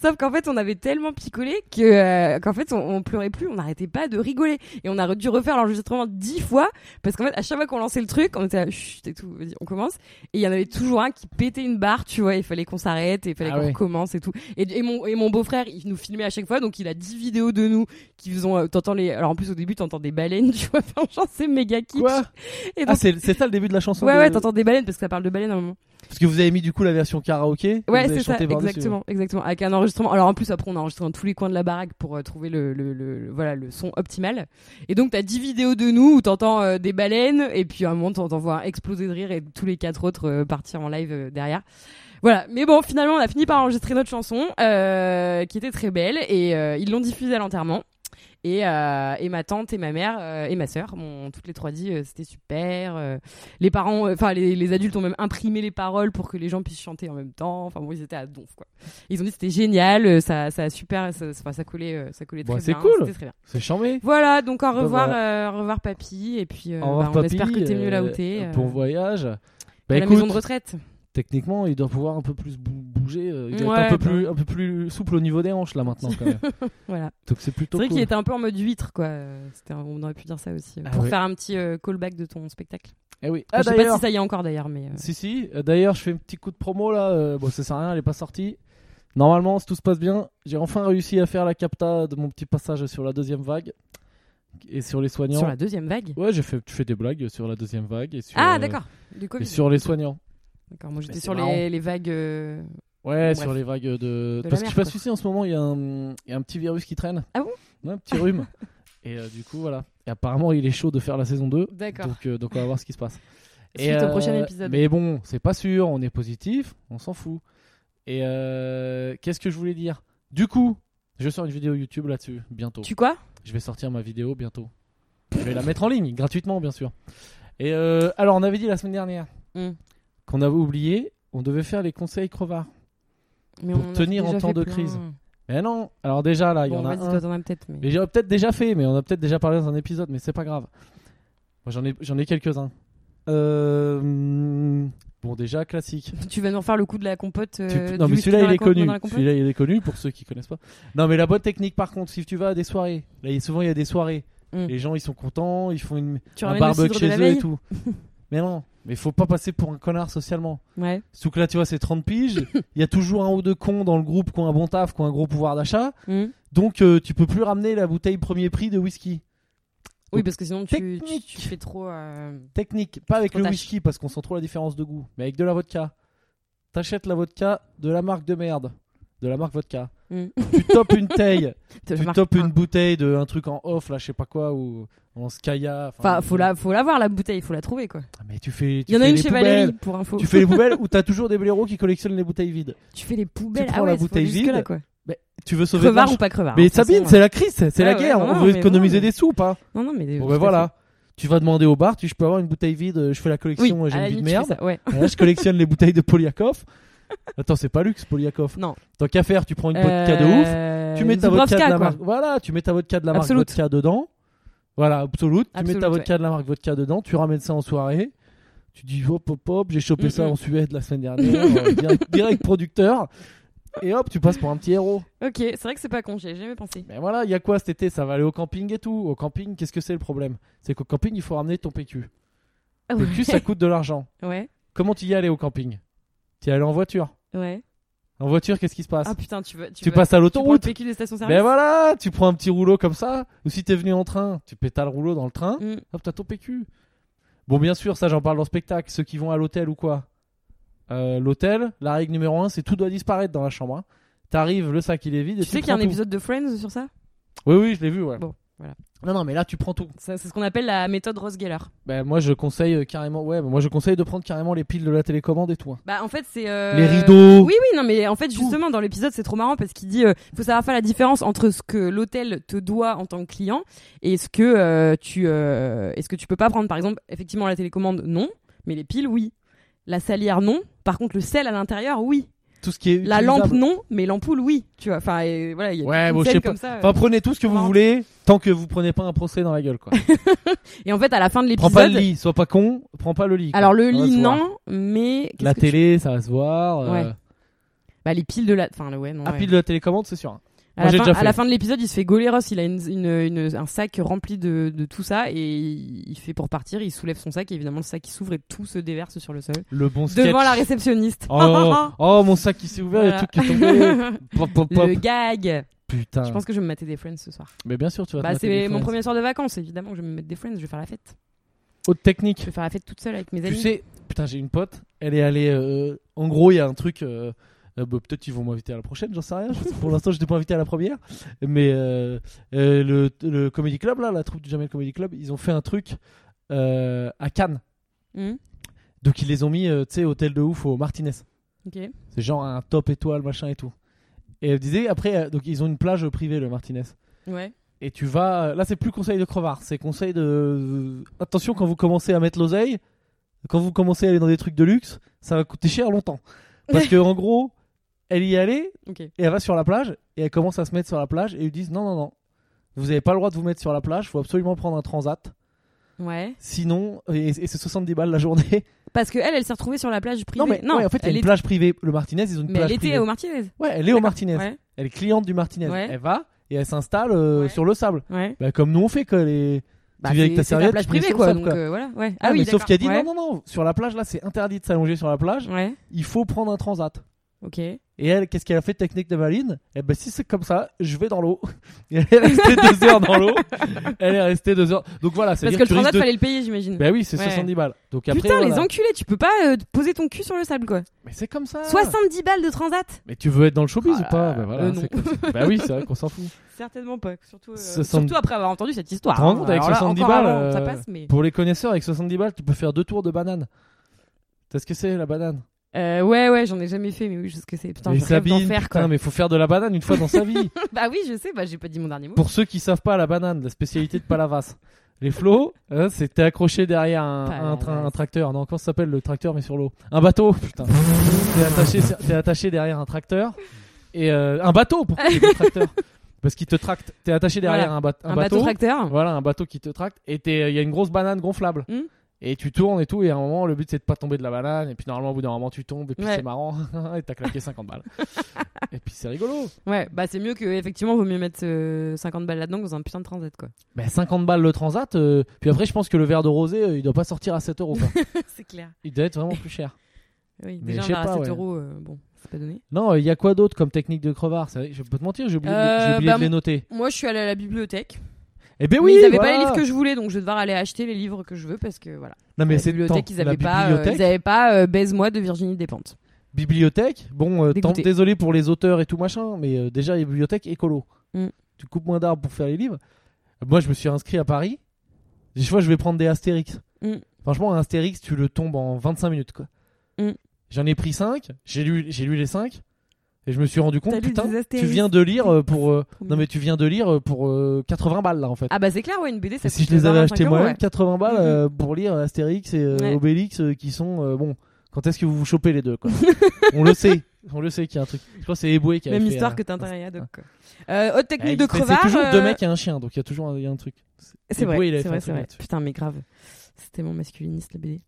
Speaker 2: Sauf qu'en fait, on avait tellement picolé que euh, qu'en fait, on, on pleurait plus, on n'arrêtait pas de rigoler et on a dû refaire l'enregistrement dix fois parce qu'en fait, à chaque fois qu'on lançait le truc, on était là, chut et tout, vas-y, on commence et il y en avait toujours un qui pétait une barre, tu vois, il fallait qu'on s'arrête et il fallait
Speaker 1: Ah
Speaker 2: qu'on
Speaker 1: ouais.
Speaker 2: recommence et tout. Et, et mon et mon beau-frère, il nous filmait à chaque fois, donc il a dix vidéos de nous qui faisons euh, t'entends les alors en plus au début, t'entends des baleines, (laughs) tu vois, enfin, genre c'est méga kitsch.
Speaker 1: Quoi
Speaker 2: et donc,
Speaker 1: Ah, c'est c'est ça le début de la chanson.
Speaker 2: Ouais
Speaker 1: de-
Speaker 2: ouais, t'entends des baleines parce que ça parle de baleines à un moment.
Speaker 1: Parce que vous avez mis du coup la version karaoké. et
Speaker 2: Ouais,
Speaker 1: vous avez
Speaker 2: c'est ça,
Speaker 1: chanté par-dessus.
Speaker 2: exactement, exactement. Avec un enregistrement. Alors en plus, après, on a enregistré dans tous les coins de la baraque pour euh, trouver le, le, le- le- voilà, le son optimal. Et donc, t'as 10 vidéos de nous où t'entends euh, des baleines, et puis à un moment, t'en- t'en vois un exploser de rire et tous les quatre autres euh, partir en live euh, derrière. Voilà. Mais bon, finalement, on a fini par enregistrer notre chanson, euh, qui était très belle, et euh, ils l'ont diffusée à l'enterrement. Et, euh, et ma tante et ma mère euh, et ma sœur m'ont toutes les trois dit euh, c'était super. euh, les parents, euh, enfin les, les adultes ont même imprimé les paroles pour que les gens puissent chanter en même temps. Enfin bon, ils étaient à donf quoi. Ils ont dit c'était génial, euh, ça, ça a super, ça, ça, ça collait, euh, ça collait
Speaker 1: Bon,
Speaker 2: très
Speaker 1: c'est
Speaker 2: bien.
Speaker 1: cool.
Speaker 2: c'était très bien.
Speaker 1: C'est charmé.
Speaker 2: Voilà, donc au
Speaker 1: Bah,
Speaker 2: revoir,
Speaker 1: voilà.
Speaker 2: euh, au revoir papy, et puis euh,
Speaker 1: Au revoir,
Speaker 2: bah, on
Speaker 1: papy,
Speaker 2: espère que t'es mieux là où
Speaker 1: euh,
Speaker 2: t'es. euh,
Speaker 1: Bon voyage. Bah
Speaker 2: à la maison
Speaker 1: écoute,
Speaker 2: de retraite.
Speaker 1: techniquement, il doit pouvoir un peu plus bou- bouger. euh, Il doit
Speaker 2: Ouais,
Speaker 1: être un peu,
Speaker 2: bah.
Speaker 1: plus, un peu plus souple au niveau des hanches là maintenant.
Speaker 2: (laughs)
Speaker 1: Quand même.
Speaker 2: Voilà.
Speaker 1: Donc c'est plutôt
Speaker 2: C'est vrai
Speaker 1: cool.
Speaker 2: qu'il était un peu en mode huître quoi. Euh, c'était un- on aurait pu dire ça aussi euh,
Speaker 1: Ah
Speaker 2: pour
Speaker 1: ouais.
Speaker 2: faire un petit euh, callback de ton spectacle.
Speaker 1: Eh oui. Ah
Speaker 2: Enfin, je sais pas
Speaker 1: d'ailleurs.
Speaker 2: si ça y est encore d'ailleurs, mais euh,
Speaker 1: Si si. Euh, D'ailleurs, je fais un petit coup de promo là. euh, bon, ça sert à rien, elle est pas sortie. Normalement, si tout se passe bien, j'ai enfin réussi à faire la capta de mon petit passage sur la deuxième vague et sur les soignants.
Speaker 2: sur la deuxième vague.
Speaker 1: Ouais, j'ai fait, tu fais des blagues sur la deuxième vague et sur,
Speaker 2: Ah
Speaker 1: euh,
Speaker 2: d'accord. Du
Speaker 1: et
Speaker 2: Covid.
Speaker 1: sur les soignants.
Speaker 2: D'accord, moi
Speaker 1: Mais
Speaker 2: j'étais
Speaker 1: c'est
Speaker 2: sur
Speaker 1: marrant.
Speaker 2: les, les vagues. euh,
Speaker 1: Ouais,
Speaker 2: Bref.
Speaker 1: sur les vagues de.
Speaker 2: la
Speaker 1: Parce que
Speaker 2: mer,
Speaker 1: je sais pas
Speaker 2: quoi.
Speaker 1: si c'est en ce moment, il y, a un... il y a un petit virus qui traîne.
Speaker 2: Ah bon
Speaker 1: Ouais, un petit
Speaker 2: (laughs)
Speaker 1: rhume. et euh, du coup, voilà. Et apparemment, il est chaud de faire la saison 2.
Speaker 2: D'accord.
Speaker 1: Donc, euh, donc on va voir ce qui se
Speaker 2: (laughs)
Speaker 1: passe. euh,
Speaker 2: Suite au prochain épisode.
Speaker 1: Mais bon, c'est pas sûr, on est positif, on s'en fout. Et euh, qu'est-ce que je voulais dire Du coup, je sors une vidéo YouTube là-dessus, bientôt.
Speaker 2: Tu quoi
Speaker 1: Je vais sortir ma vidéo bientôt. Je vais la mettre en ligne, gratuitement, bien sûr. Et euh, alors, on avait dit la semaine dernière
Speaker 2: Mm.
Speaker 1: qu'on avait oublié, on devait faire les conseils crevards.
Speaker 2: Mais
Speaker 1: Pour
Speaker 2: en a
Speaker 1: tenir
Speaker 2: déjà
Speaker 1: en temps
Speaker 2: fait
Speaker 1: de
Speaker 2: plein.
Speaker 1: crise. Mais non, alors déjà là, il y
Speaker 2: Bon,
Speaker 1: en a
Speaker 2: vas-y,
Speaker 1: un.
Speaker 2: toi, t'en as peut-être. Mais...
Speaker 1: Mais j'aurais peut-être déjà fait, mais on a peut-être déjà parlé dans un épisode, mais c'est pas grave. Moi j'en ai, j'en ai quelques-uns. Euh, Bon, déjà classique.
Speaker 2: Tu vas nous refaire le coup de la compote. euh,
Speaker 1: Tu-
Speaker 2: du
Speaker 1: non, mais
Speaker 2: whisky
Speaker 1: celui-là
Speaker 2: dans
Speaker 1: il
Speaker 2: la
Speaker 1: est
Speaker 2: com-
Speaker 1: connu.
Speaker 2: dans la compote
Speaker 1: Celui-là il est connu pour ceux qui connaissent pas. Non, mais la bonne technique par contre, si tu vas à des soirées, là il- souvent il y a des soirées,
Speaker 2: Mm.
Speaker 1: les gens ils sont contents, ils font une,
Speaker 2: Tu
Speaker 1: un
Speaker 2: ramènes le
Speaker 1: barbecue
Speaker 2: cidre de
Speaker 1: chez
Speaker 2: la
Speaker 1: eux et
Speaker 2: veille
Speaker 1: tout.
Speaker 2: (laughs)
Speaker 1: mais non, mais faut pas passer pour un connard socialement.
Speaker 2: Ouais.
Speaker 1: Surtout que là tu vois, c'est 30
Speaker 2: (laughs)
Speaker 1: piges, il y a toujours un ou deux cons dans le groupe qui ont un bon taf, qui ont un gros pouvoir d'achat.
Speaker 2: Mm.
Speaker 1: Donc euh, tu peux plus ramener la bouteille premier prix de whisky.
Speaker 2: Oui, parce que sinon, tu, tu,
Speaker 1: Technique.
Speaker 2: tu fais trop. euh,
Speaker 1: Technique, pas avec
Speaker 2: Trop
Speaker 1: le
Speaker 2: tâche.
Speaker 1: whisky parce qu'on sent trop la différence de goût, mais avec de la vodka. T'achètes la vodka de la marque de merde, de la marque vodka.
Speaker 2: Mm.
Speaker 1: Tu topes une
Speaker 2: (laughs)
Speaker 1: taille,
Speaker 2: te
Speaker 1: tu
Speaker 2: marques
Speaker 1: topes
Speaker 2: un.
Speaker 1: une bouteille de un truc en off là, je sais pas quoi ou en Skaya.
Speaker 2: Enfin, faut la, faut la voir la bouteille, faut la trouver quoi.
Speaker 1: Ah, Mais tu fais, tu
Speaker 2: Il y en a
Speaker 1: fais
Speaker 2: une
Speaker 1: les
Speaker 2: chez
Speaker 1: poubelles.
Speaker 2: Valérie pour info.
Speaker 1: Tu fais les poubelles ou t'as toujours des blaireaux qui collectionnent les bouteilles vides.
Speaker 2: Tu fais les poubelles.
Speaker 1: prends
Speaker 2: ah ouais,
Speaker 1: la
Speaker 2: c'est pour
Speaker 1: bouteille
Speaker 2: jusque là
Speaker 1: vide.
Speaker 2: quoi.
Speaker 1: Tu veux sauver de
Speaker 2: Crevard
Speaker 1: l'argent.
Speaker 2: ou pas crevard. hein,
Speaker 1: Mais
Speaker 2: de toute
Speaker 1: Sabine,
Speaker 2: façon,
Speaker 1: c'est la crise, c'est
Speaker 2: Ah
Speaker 1: la
Speaker 2: ouais,
Speaker 1: guerre.
Speaker 2: non,
Speaker 1: on
Speaker 2: mais
Speaker 1: veut
Speaker 2: non,
Speaker 1: économiser
Speaker 2: mais-
Speaker 1: des sous ou pas
Speaker 2: euh, Non non mais.
Speaker 1: Bon
Speaker 2: tout
Speaker 1: ben
Speaker 2: à
Speaker 1: voilà, tu vas demander au bar, tu dis, je peux avoir une bouteille vide, euh, je fais la
Speaker 2: fait.
Speaker 1: collection,
Speaker 2: Oui.
Speaker 1: moi, j'ai
Speaker 2: à la
Speaker 1: une vie de
Speaker 2: limite, tu
Speaker 1: merde.
Speaker 2: fais ça, Ouais.
Speaker 1: Et là, je collectionne les bouteilles de
Speaker 2: (laughs)
Speaker 1: Poliakov. Attends, c'est pas luxe Poliakov.
Speaker 2: Non.
Speaker 1: Tant qu'à faire, tu prends une vodka de ouf,
Speaker 2: Euh,
Speaker 1: tu mets ta
Speaker 2: Dubrovska,
Speaker 1: vodka de la
Speaker 2: quoi.
Speaker 1: marque. Voilà, tu mets ta vodka de la marque
Speaker 2: Absolute.
Speaker 1: vodka dedans. Voilà, absolute, tu mets
Speaker 2: Absolute,
Speaker 1: ta vodka de la marque vodka dedans, tu ramènes ça en soirée. Tu dis hop hop hop, j'ai chopé
Speaker 2: Mm,
Speaker 1: ça
Speaker 2: mm.
Speaker 1: en Suède la semaine dernière,
Speaker 2: (laughs)
Speaker 1: euh, direct, direct producteur. Et hop, tu passes pour un petit héros.
Speaker 2: Ok, c'est vrai que c'est pas con, j'y ai jamais pensé.
Speaker 1: Mais voilà, il y a quoi cet été Ça va aller au camping et tout. Au camping, qu'est-ce que c'est le problème C'est qu'au camping, il faut ramener ton PQ.
Speaker 2: Ah
Speaker 1: Le PQ, ça coûte de l'argent.
Speaker 2: (laughs) Ouais.
Speaker 1: Comment tu y es allé au camping Tu y es allé en voiture.
Speaker 2: Ouais.
Speaker 1: En voiture, qu'est-ce qui se passe
Speaker 2: Ah putain, tu vas.
Speaker 1: Tu
Speaker 2: vas-
Speaker 1: passes à
Speaker 2: tu prends le
Speaker 1: l'autoroute.
Speaker 2: PQ des stations-service.
Speaker 1: Ben voilà, tu prends un petit rouleau comme ça. Ou si t'es venu en train, tu pétales le rouleau dans le train.
Speaker 2: Mm.
Speaker 1: Hop, t'as ton PQ. Bon, bien sûr, ça j'en parle dans le spectacle. Ceux qui vont à l'hôtel ou quoi Euh, L'hôtel, la règle numéro un, c'est tout doit disparaître dans la chambre. hein. T'arrives, le sac il est vide. et
Speaker 2: Tu sais qu'il y
Speaker 1: prends
Speaker 2: a un
Speaker 1: tout.
Speaker 2: épisode de Friends sur ça
Speaker 1: Oui, oui, je l'ai vu, ouais.
Speaker 2: Bon, voilà.
Speaker 1: Non, non, mais là, tu prends tout.
Speaker 2: Ça, C'est ce qu'on appelle la méthode Rosgeller.
Speaker 1: Ben, moi, je conseille euh, carrément, ouais, ben, moi, je conseille de prendre carrément les piles de la télécommande et tout. hein.
Speaker 2: Bah en fait c'est euh,
Speaker 1: Les rideaux.
Speaker 2: Oui oui non mais en fait justement dans l'épisode c'est trop marrant parce qu'il dit euh, faut savoir faire la différence entre ce que l'hôtel te doit en tant que client et ce que euh, tu euh, est-ce que tu peux pas prendre par exemple effectivement la télécommande non mais les piles oui la salière non par contre le sel à l'intérieur oui
Speaker 1: Tout ce qui est.
Speaker 2: la
Speaker 1: utilisable.
Speaker 2: lampe non mais l'ampoule oui tu vois enfin et voilà il y a
Speaker 1: Ouais,
Speaker 2: toute
Speaker 1: bon,
Speaker 2: une
Speaker 1: je
Speaker 2: scène
Speaker 1: sais
Speaker 2: comme ça euh.
Speaker 1: Enfin, prenez tout ce que vous
Speaker 2: Non.
Speaker 1: voulez, tant que vous prenez pas un procès dans la gueule,
Speaker 2: (laughs)
Speaker 1: quoi.
Speaker 2: et en fait à la fin de
Speaker 1: prends pas le
Speaker 2: l'épisode
Speaker 1: lit, sois pas con, prends pas le lit. quoi.
Speaker 2: alors le
Speaker 1: Ça va se
Speaker 2: lit
Speaker 1: voir.
Speaker 2: non mais qu'est-ce
Speaker 1: La
Speaker 2: que tu-
Speaker 1: télé, ça va se voir. euh,
Speaker 2: Ouais. bah les piles de la enfin le- ouais non
Speaker 1: La
Speaker 2: ouais.
Speaker 1: pile de la télécommande, c'est sûr. hein.
Speaker 2: À
Speaker 1: Moi, j'ai
Speaker 2: la, fin,
Speaker 1: déjà
Speaker 2: à
Speaker 1: fait.
Speaker 2: la fin de l'épisode, il se fait gauler Ross. Il a une, une- une- un sac rempli de, de tout ça et il il fait pour partir. Il soulève son sac et évidemment le sac il s'ouvre et tout se déverse sur le sol.
Speaker 1: Le bon sketch.
Speaker 2: Devant la réceptionniste. (laughs)
Speaker 1: Oh, oh, mon sac qui s'est ouvert,
Speaker 2: Voilà.
Speaker 1: le truc qui est
Speaker 2: (laughs)
Speaker 1: tombé. Pop, pop, pop.
Speaker 2: le gag.
Speaker 1: Putain.
Speaker 2: Je pense que je vais me mater des Friends ce soir.
Speaker 1: Mais bien sûr, tu vas te
Speaker 2: Bah,
Speaker 1: mater
Speaker 2: c'est
Speaker 1: des
Speaker 2: mon
Speaker 1: Friends.
Speaker 2: premier soir de vacances. Évidemment, que je vais me mettre des Friends. Je vais faire la fête.
Speaker 1: Haute
Speaker 2: Je
Speaker 1: technique.
Speaker 2: vais faire la fête toute seule avec mes
Speaker 1: Tu
Speaker 2: amis.
Speaker 1: sais, putain, j'ai une pote. Elle est allée. euh, en gros, il y a un truc. euh, euh, bah, Peut-être qu'ils vont m'inviter à la prochaine, j'en sais rien. Je- Pour l'instant, je n'étais pas invité à la première. Mais euh, euh, le, le Comedy Club, là, la troupe du Jamel Comedy Club, ils ont fait un truc euh, à Cannes.
Speaker 2: Hmm,
Speaker 1: Donc, ils les ont mis, euh, tu sais, hôtel de ouf au Martinez.
Speaker 2: ok.
Speaker 1: C'est genre un top étoile, machin et tout. Et elle disait, après, euh, donc ils ont une plage privée, le Martinez.
Speaker 2: Ouais.
Speaker 1: Et tu vas. euh, Là, c'est plus conseil de crevard, c'est conseil de. euh, Attention quand vous commencez à mettre l'oseille, quand vous commencez à aller dans des trucs de luxe, ça va coûter cher
Speaker 2: (laughs)
Speaker 1: longtemps. Parce que, en gros, elle y est allée,
Speaker 2: Ok.
Speaker 1: et elle va sur la plage, et elle commence à se mettre sur la plage, et ils lui disent non, non, non, vous n'avez pas le droit de vous mettre sur la plage, faut absolument prendre un transat.
Speaker 2: Ouais.
Speaker 1: Sinon, et, et c'est 70 balles la journée.
Speaker 2: Parce que elle, elle s'est retrouvée sur la plage privée.
Speaker 1: non, mais ouais, en fait, il y a une
Speaker 2: elle est-
Speaker 1: plage privée. Le Martinez, ils ont une
Speaker 2: Mais
Speaker 1: plage
Speaker 2: elle était
Speaker 1: privée.
Speaker 2: au Martinez.
Speaker 1: Ouais, elle est au
Speaker 2: D'accord.
Speaker 1: Martinez.
Speaker 2: Ouais.
Speaker 1: Elle est cliente du Martinez.
Speaker 2: Ouais.
Speaker 1: Elle va et elle s'installe euh,
Speaker 2: Ouais.
Speaker 1: sur le sable.
Speaker 2: Ouais.
Speaker 1: Bah, comme nous on fait, quoi. Les...
Speaker 2: Bah,
Speaker 1: viens avec
Speaker 2: c'est-
Speaker 1: ta
Speaker 2: c'est
Speaker 1: serviette,
Speaker 2: plage
Speaker 1: tu mets
Speaker 2: privée
Speaker 1: sur
Speaker 2: quoi.
Speaker 1: ça,
Speaker 2: Donc
Speaker 1: quoi.
Speaker 2: euh, voilà. Ouais.
Speaker 1: Ah,
Speaker 2: Ah oui.
Speaker 1: mais sauf
Speaker 2: d'accord. Mm.
Speaker 1: qu'il a dit
Speaker 2: Ouais.
Speaker 1: non, non, non, sur la plage, là, c'est interdit de s'allonger sur la plage,
Speaker 2: Ouais.
Speaker 1: il faut prendre un transat.
Speaker 2: Ok.
Speaker 1: Et elle, qu'est-ce qu'elle a fait, technique de Maline Eh ben, si c'est comme ça, je vais dans l'eau. (laughs) Et elle est restée
Speaker 2: (laughs)
Speaker 1: deux heures dans l'eau. Elle est restée deux heures. Donc voilà, c'est
Speaker 2: Parce
Speaker 1: dire
Speaker 2: que le
Speaker 1: tu risques
Speaker 2: transat
Speaker 1: de-
Speaker 2: fallait le payer, j'imagine.
Speaker 1: Bah oui, c'est
Speaker 2: Ouais.
Speaker 1: 70 balles. Donc après,
Speaker 2: Putain, les
Speaker 1: voilà.
Speaker 2: enculés, tu peux pas euh, poser ton cul sur le sable quoi.
Speaker 1: Mais c'est comme ça.
Speaker 2: 70 balles de transat
Speaker 1: Mais tu veux être dans le showbiz
Speaker 2: Ah
Speaker 1: ou pas
Speaker 2: là
Speaker 1: Bah
Speaker 2: là,
Speaker 1: voilà,
Speaker 2: euh, non.
Speaker 1: c'est comme ça. Bah oui, c'est vrai qu'on s'en fout.
Speaker 2: Certainement pas, surtout, euh,
Speaker 1: 70
Speaker 2: surtout après avoir entendu cette histoire. hein.
Speaker 1: Tu te rends compte, avec
Speaker 2: Alors là,
Speaker 1: 70
Speaker 2: encore
Speaker 1: balles,
Speaker 2: avant, ça
Speaker 1: euh,
Speaker 2: passe, mais.
Speaker 1: Pour les connaisseurs, avec 70 balles, tu peux faire deux tours de banane. Tu sais ce que c'est la banane
Speaker 2: Euh, ouais, ouais, j'en ai jamais fait, mais oui, je sais ce que c'est. Putain,
Speaker 1: Les
Speaker 2: je rêve d'en
Speaker 1: Sabines,
Speaker 2: faire
Speaker 1: putain,
Speaker 2: quoi.
Speaker 1: mais faut faire de la banane une fois dans sa
Speaker 2: (laughs)
Speaker 1: vie.
Speaker 2: bah oui, je sais, bah j'ai pas dit mon dernier mot.
Speaker 1: Pour ceux qui savent pas, la banane, la spécialité de Palavas. Les flots, hein, c'était accroché derrière un,
Speaker 2: Palavas.
Speaker 1: un train- un tracteur. Non, comment ça s'appelle le tracteur, mais sur l'eau Un bateau, putain. T'es attaché, t'es attaché derrière un tracteur. Et euh, un bateau, pourquoi il dit tracteur
Speaker 2: (laughs)
Speaker 1: Parce qu'il te tracte. T'es attaché derrière
Speaker 2: Voilà.
Speaker 1: un, ba- un
Speaker 2: Un bateau tracteur
Speaker 1: Voilà, un bateau qui te tracte. Et t'es- il y a une grosse banane gonflable.
Speaker 2: Hmm.
Speaker 1: Et tu tournes et tout. Et à un moment, le but, c'est de pas tomber de la banane. Et puis, normalement, au bout d'un moment, tu tombes. Et puis,
Speaker 2: Ouais.
Speaker 1: c'est marrant. (laughs) et t'as claqué 50 balles. et puis, c'est rigolo.
Speaker 2: Ouais, bah c'est mieux que, effectivement, vaut mieux mettre euh, 50 balles là-dedans que dans un putain de transat quoi.
Speaker 1: Ben, 50 balles le transat. euh, puis après, je pense que le verre de rosé, euh, il doit pas sortir à 7 euros. quoi.
Speaker 2: (laughs) c'est clair.
Speaker 1: il doit être vraiment plus cher.
Speaker 2: Oui,
Speaker 1: Mais
Speaker 2: déjà,
Speaker 1: je
Speaker 2: on
Speaker 1: sais
Speaker 2: verra
Speaker 1: pas,
Speaker 2: 7
Speaker 1: ouais.
Speaker 2: euros, euh, bon, c'est pas donné.
Speaker 1: Non, euh, il y a quoi d'autre comme technique de crevard Ça, Je peux te mentir, j'ai oublié, de-
Speaker 2: Euh,
Speaker 1: j'ai oublié
Speaker 2: bah,
Speaker 1: de les noter.
Speaker 2: Moi, je suis allée à la bibliothèque.
Speaker 1: Eh ben
Speaker 2: Mais
Speaker 1: oui
Speaker 2: ils avaient
Speaker 1: voilà.
Speaker 2: pas les livres que je voulais, donc je vais devoir aller acheter les livres que je veux parce que voilà.
Speaker 1: Non, Ah, mais
Speaker 2: la
Speaker 1: c'est
Speaker 2: bibliothèque,
Speaker 1: tant-
Speaker 2: ils avaient
Speaker 1: la
Speaker 2: pas, euh,
Speaker 1: bibliothèque,
Speaker 2: ils avaient pas euh, Baise-moi de Virginie Despentes.
Speaker 1: bibliothèque, bon, euh, tant-
Speaker 2: Dégoûté.
Speaker 1: désolé pour les auteurs et tout machin, mais euh, déjà, les bibliothèques écolo.
Speaker 2: Mm.
Speaker 1: Tu coupes moins d'arbres pour faire les livres. Euh, Moi, je me suis inscrit à Paris. Des fois, je vais prendre des Astérix.
Speaker 2: Mm.
Speaker 1: Franchement, un Astérix, tu le tombes en 25 minutes, quoi.
Speaker 2: Mm.
Speaker 1: J'en ai pris 5, j'ai lu, j'ai lu les 5, et je me suis rendu
Speaker 2: T'as
Speaker 1: compte,
Speaker 2: lu
Speaker 1: putain,
Speaker 2: des Astérix.
Speaker 1: tu viens de lire euh, pour.
Speaker 2: (laughs)
Speaker 1: euh,
Speaker 2: Trop
Speaker 1: non,
Speaker 2: mignon.
Speaker 1: mais tu viens de lire euh, pour euh, 80 balles, là, en fait.
Speaker 2: Ah bah c'est clair, ouais, une BD ça
Speaker 1: Et
Speaker 2: coûte
Speaker 1: si je les avais
Speaker 2: 20,
Speaker 1: achetés
Speaker 2: 25
Speaker 1: moi-même,
Speaker 2: euros, Mm-hmm.
Speaker 1: 80 balles euh, pour lire Astérix et euh,
Speaker 2: Ouais.
Speaker 1: Obélix euh, qui sont euh, bon. Quand est-ce que vous vous chopez les
Speaker 2: (laughs)
Speaker 1: deux quoi On le sait, on le sait qu'il y a un truc. Je crois que c'est Eboué qui
Speaker 2: ouais.
Speaker 1: a
Speaker 2: Même
Speaker 1: fait,
Speaker 2: histoire
Speaker 1: euh,
Speaker 2: que Tintin donc quoi. Euh, autre technique
Speaker 1: eh,
Speaker 2: de
Speaker 1: mais
Speaker 2: crevard.
Speaker 1: C'est toujours
Speaker 2: euh,
Speaker 1: deux mecs et un chien, donc il y a toujours un, il y a un truc.
Speaker 2: C'est vrai,
Speaker 1: Eboué, il avait fait
Speaker 2: c'est
Speaker 1: un
Speaker 2: vrai,
Speaker 1: truc
Speaker 2: c'est vrai.
Speaker 1: là-dessus.
Speaker 2: Putain, mais grave. C'était mon masculiniste la BD.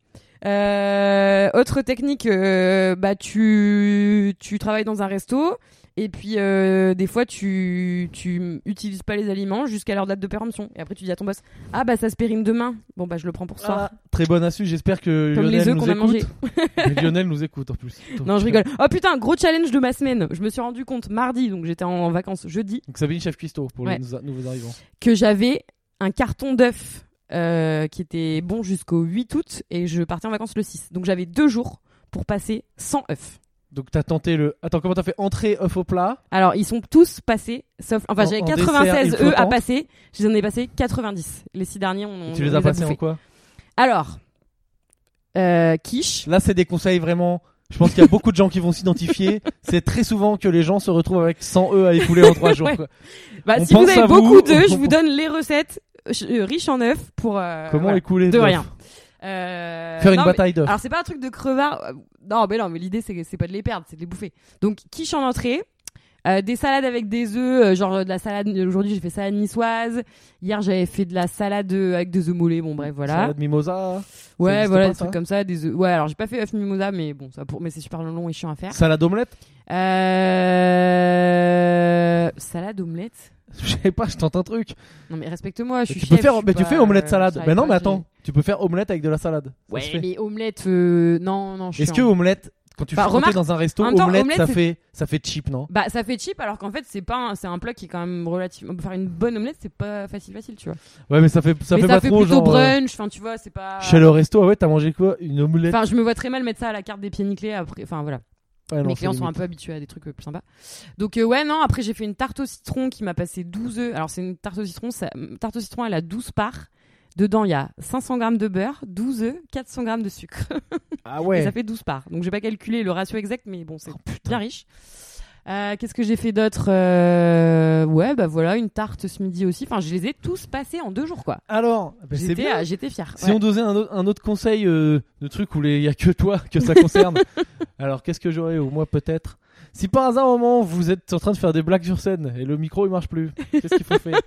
Speaker 2: Euh, autre technique, euh, bah tu tu travailles dans un resto et puis euh, des fois tu tu utilises pas les aliments jusqu'à leur date de péremption et après tu dis à ton boss ah bah ça se périme demain bon bah je le prends pour ça
Speaker 1: Ah, très bonne astuce. J'espère que
Speaker 2: Comme les
Speaker 1: Lionel
Speaker 2: œufs
Speaker 1: nous
Speaker 2: qu'on a mangés.
Speaker 1: écoute. (laughs) Mais Lionel nous écoute en plus.
Speaker 2: (laughs) Non, je rigole. Oh putain, gros challenge de ma semaine. Je me suis rendu compte mardi, donc j'étais en, en vacances jeudi,
Speaker 1: Donc Sabine Chef Cuisto pour
Speaker 2: Ouais.
Speaker 1: les nous- nouveaux arrivants.
Speaker 2: que j'avais un carton d'œufs euh, qui était bon jusqu'au 8 août et je partais en vacances le 6. Donc j'avais deux jours pour passer sans œufs.
Speaker 1: Donc t'as tenté le. Attends, comment t'as fait Entrée, œuf au plat.
Speaker 2: Alors, ils sont tous passés, sauf. Enfin,
Speaker 1: En-
Speaker 2: j'avais
Speaker 1: en dessert,
Speaker 2: 96
Speaker 1: il faut
Speaker 2: œufs à
Speaker 1: tant.
Speaker 2: passer. J'en ai passé 90. Les six derniers, on.
Speaker 1: tu
Speaker 2: on
Speaker 1: les as passés
Speaker 2: bouffés.
Speaker 1: en quoi
Speaker 2: Alors, euh, quiche.
Speaker 1: Là, c'est des conseils vraiment. Je pense qu'il y a beaucoup de gens qui vont
Speaker 2: (laughs)
Speaker 1: s'identifier. C'est très souvent que les gens se retrouvent avec 100 œufs à écouler en 3 jours.
Speaker 2: Ouais.
Speaker 1: quoi.
Speaker 2: Bah,
Speaker 1: On
Speaker 2: si vous
Speaker 1: pense à
Speaker 2: avez
Speaker 1: vous.
Speaker 2: beaucoup d'œufs,
Speaker 1: (laughs)
Speaker 2: je vous donne les recettes euh, riches en œufs pour. euh,
Speaker 1: Comment
Speaker 2: voilà.
Speaker 1: écouler
Speaker 2: De
Speaker 1: l'œuf
Speaker 2: rien. Euh,
Speaker 1: Faire une
Speaker 2: non, mais-
Speaker 1: bataille d'œufs.
Speaker 2: Alors c'est pas un truc de crevard. euh, Non mais non mais l'idée c'est que- c'est pas de les perdre, c'est de les bouffer. Donc quiche en entrée, euh, des salades avec des œufs, euh, genre euh, de la salade. Aujourd'hui j'ai fait salade niçoise. Hier j'avais fait de la salade euh, avec des œufs mollets. Bon bref voilà.
Speaker 1: Salade mimosa,
Speaker 2: ouais
Speaker 1: existe
Speaker 2: voilà
Speaker 1: pas,
Speaker 2: des trucs
Speaker 1: ça
Speaker 2: comme ça, des œufs. Ouais alors j'ai pas fait œuf mimosa mais bon ça pour mais c'est super long et chiant à faire.
Speaker 1: salade omelette. (laughs)
Speaker 2: Euh... Salade omelette.
Speaker 1: Je sais pas, je tente un truc.
Speaker 2: Non mais respecte-moi, je suis
Speaker 1: Tu peux
Speaker 2: chef, je
Speaker 1: faire,
Speaker 2: suis
Speaker 1: mais tu
Speaker 2: pas,
Speaker 1: fais omelette
Speaker 2: euh,
Speaker 1: salade.
Speaker 2: j'arrive
Speaker 1: Mais non,
Speaker 2: pas,
Speaker 1: mais
Speaker 2: j'ai-
Speaker 1: attends, tu peux faire omelette avec de la salade. Ça se
Speaker 2: Ouais
Speaker 1: fait.
Speaker 2: mais omelette euh, non non je suis.
Speaker 1: Est-ce que omelette, quand tu
Speaker 2: Bah,
Speaker 1: fais
Speaker 2: remarque,
Speaker 1: dans un resto,
Speaker 2: en même temps,
Speaker 1: omelette,
Speaker 2: omelette,
Speaker 1: ça
Speaker 2: c'est-
Speaker 1: fait, ça fait cheap, non
Speaker 2: Bah ça fait cheap alors qu'en fait c'est pas un- c'est un plat qui est quand même relativement faire une bonne omelette c'est pas facile facile tu vois.
Speaker 1: Ouais, mais ça fait, ça
Speaker 2: mais
Speaker 1: fait
Speaker 2: ça
Speaker 1: pas
Speaker 2: fait
Speaker 1: trop
Speaker 2: plutôt
Speaker 1: genre. euh,
Speaker 2: brunch enfin tu vois c'est pas
Speaker 1: Chez le resto, ah ouais, t'as mangé quoi Une omelette.
Speaker 2: Enfin je me vois très mal mettre ça à la carte des pieds nickelés après enfin voilà.
Speaker 1: Ouais, Ah non,
Speaker 2: Mes
Speaker 1: c'est
Speaker 2: clients sont un
Speaker 1: limite.
Speaker 2: peu habitués à des trucs euh, plus sympas. Donc euh, ouais non après j'ai fait une tarte au citron qui m'a passé 12 œufs. Alors c'est une tarte au citron ça... tarte au citron elle a 12 parts. Dedans il y a 500 grammes de beurre, 12 œufs, 400 grammes de sucre.
Speaker 1: Ah
Speaker 2: Et ça
Speaker 1: ouais. Oh,
Speaker 2: fait 12 parts. Donc j'ai pas calculé le ratio exact, mais bon, c'est
Speaker 1: putain.
Speaker 2: bien riche. Euh, Qu'est-ce que j'ai fait d'autre Euh, Ouais, bah voilà, une tarte ce midi aussi. Enfin, je les ai tous passés en deux jours, quoi.
Speaker 1: Alors, bah, c'est
Speaker 2: J'étais
Speaker 1: bien.
Speaker 2: euh, j'étais fière.
Speaker 1: Si
Speaker 2: ouais.
Speaker 1: on dosait un autre, un autre conseil euh, de truc où il y a que toi que ça
Speaker 2: (laughs)
Speaker 1: concerne, alors qu'est-ce que j'aurais ou moi peut-être Si par hasard au moment vous êtes en train de faire des blagues sur scène et le micro il marche plus, qu'est-ce qu'il faut
Speaker 2: (laughs)
Speaker 1: faire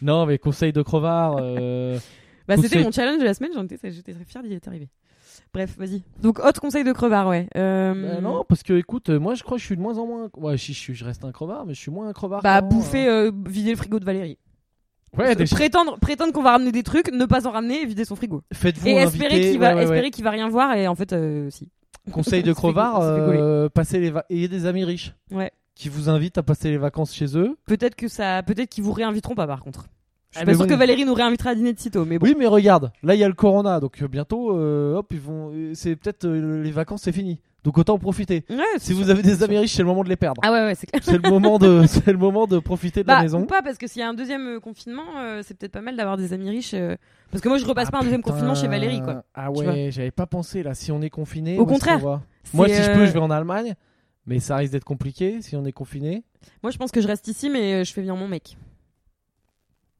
Speaker 1: Non mais conseil de crevard. euh,
Speaker 2: Bah, C'était
Speaker 1: conseil-
Speaker 2: mon challenge de la semaine, j'en étais- j'étais très fière d'y être arrivée. Bref, vas-y. Donc, autre conseil de crevard, ouais. Euh,
Speaker 1: bah non parce que écoute, euh, moi je crois que je suis de moins en moins. Ouais, je, je- je reste un crevard, mais je suis moins un crevard.
Speaker 2: Bah,
Speaker 1: qu'avant,
Speaker 2: bouffer, euh, vider le frigo de Valérie.
Speaker 1: euh. Ouais, des...
Speaker 2: prétendre prétendre qu'on va ramener des trucs, ne pas en ramener et vider son frigo.
Speaker 1: faites-vous
Speaker 2: et
Speaker 1: inviter.
Speaker 2: espérer qu'il va,
Speaker 1: ouais, ouais, ouais.
Speaker 2: espérer qu'il va rien voir, et en fait, euh, si.
Speaker 1: Conseil
Speaker 2: (laughs) Ça
Speaker 1: de
Speaker 2: fait go-
Speaker 1: crevard,
Speaker 2: ça fait gauler.
Speaker 1: euh, passez les va- ayez des amis riches.
Speaker 2: Ouais.
Speaker 1: Qui vous invitent à passer les vacances chez eux.
Speaker 2: Peut-être que ça, peut-être qu'ils vous réinviteront pas par contre.
Speaker 1: Ah,
Speaker 2: Je suis
Speaker 1: mais
Speaker 2: pas sûr
Speaker 1: bon.
Speaker 2: bah, que Valérie nous réinvitera à dîner de sitôt, mais bon.
Speaker 1: Oui, mais regarde, là il y a le corona, donc euh, bientôt, euh, hop, ils vont, euh, c'est peut-être euh, les vacances, c'est fini. Donc autant en profiter.
Speaker 2: Ouais,
Speaker 1: Si
Speaker 2: c'est
Speaker 1: vous
Speaker 2: sûr.
Speaker 1: avez des
Speaker 2: sûr.
Speaker 1: amis riches, c'est le moment de les perdre.
Speaker 2: Ah ouais, ouais, c'est clair.
Speaker 1: C'est le moment de, (laughs) c'est le moment de profiter de la
Speaker 2: Bah, ou
Speaker 1: maison.
Speaker 2: pas, parce que s'il y a un deuxième euh, confinement, euh, c'est peut-être pas mal d'avoir des amis riches. euh, Parce que moi, je repasse
Speaker 1: Ah,
Speaker 2: pas un deuxième
Speaker 1: putain.
Speaker 2: confinement chez Valérie, quoi.
Speaker 1: Ah
Speaker 2: Tu
Speaker 1: ouais, j'avais pas pensé là. Si on est confiné,
Speaker 2: Au
Speaker 1: où est-ce qu'on
Speaker 2: contraire.
Speaker 1: va Moi,
Speaker 2: C'est,
Speaker 1: si je peux,
Speaker 2: euh,
Speaker 1: je vais en Allemagne, mais ça risque d'être compliqué si on est confiné.
Speaker 2: Moi, je pense que je reste ici, mais euh, je fais venir mon mec.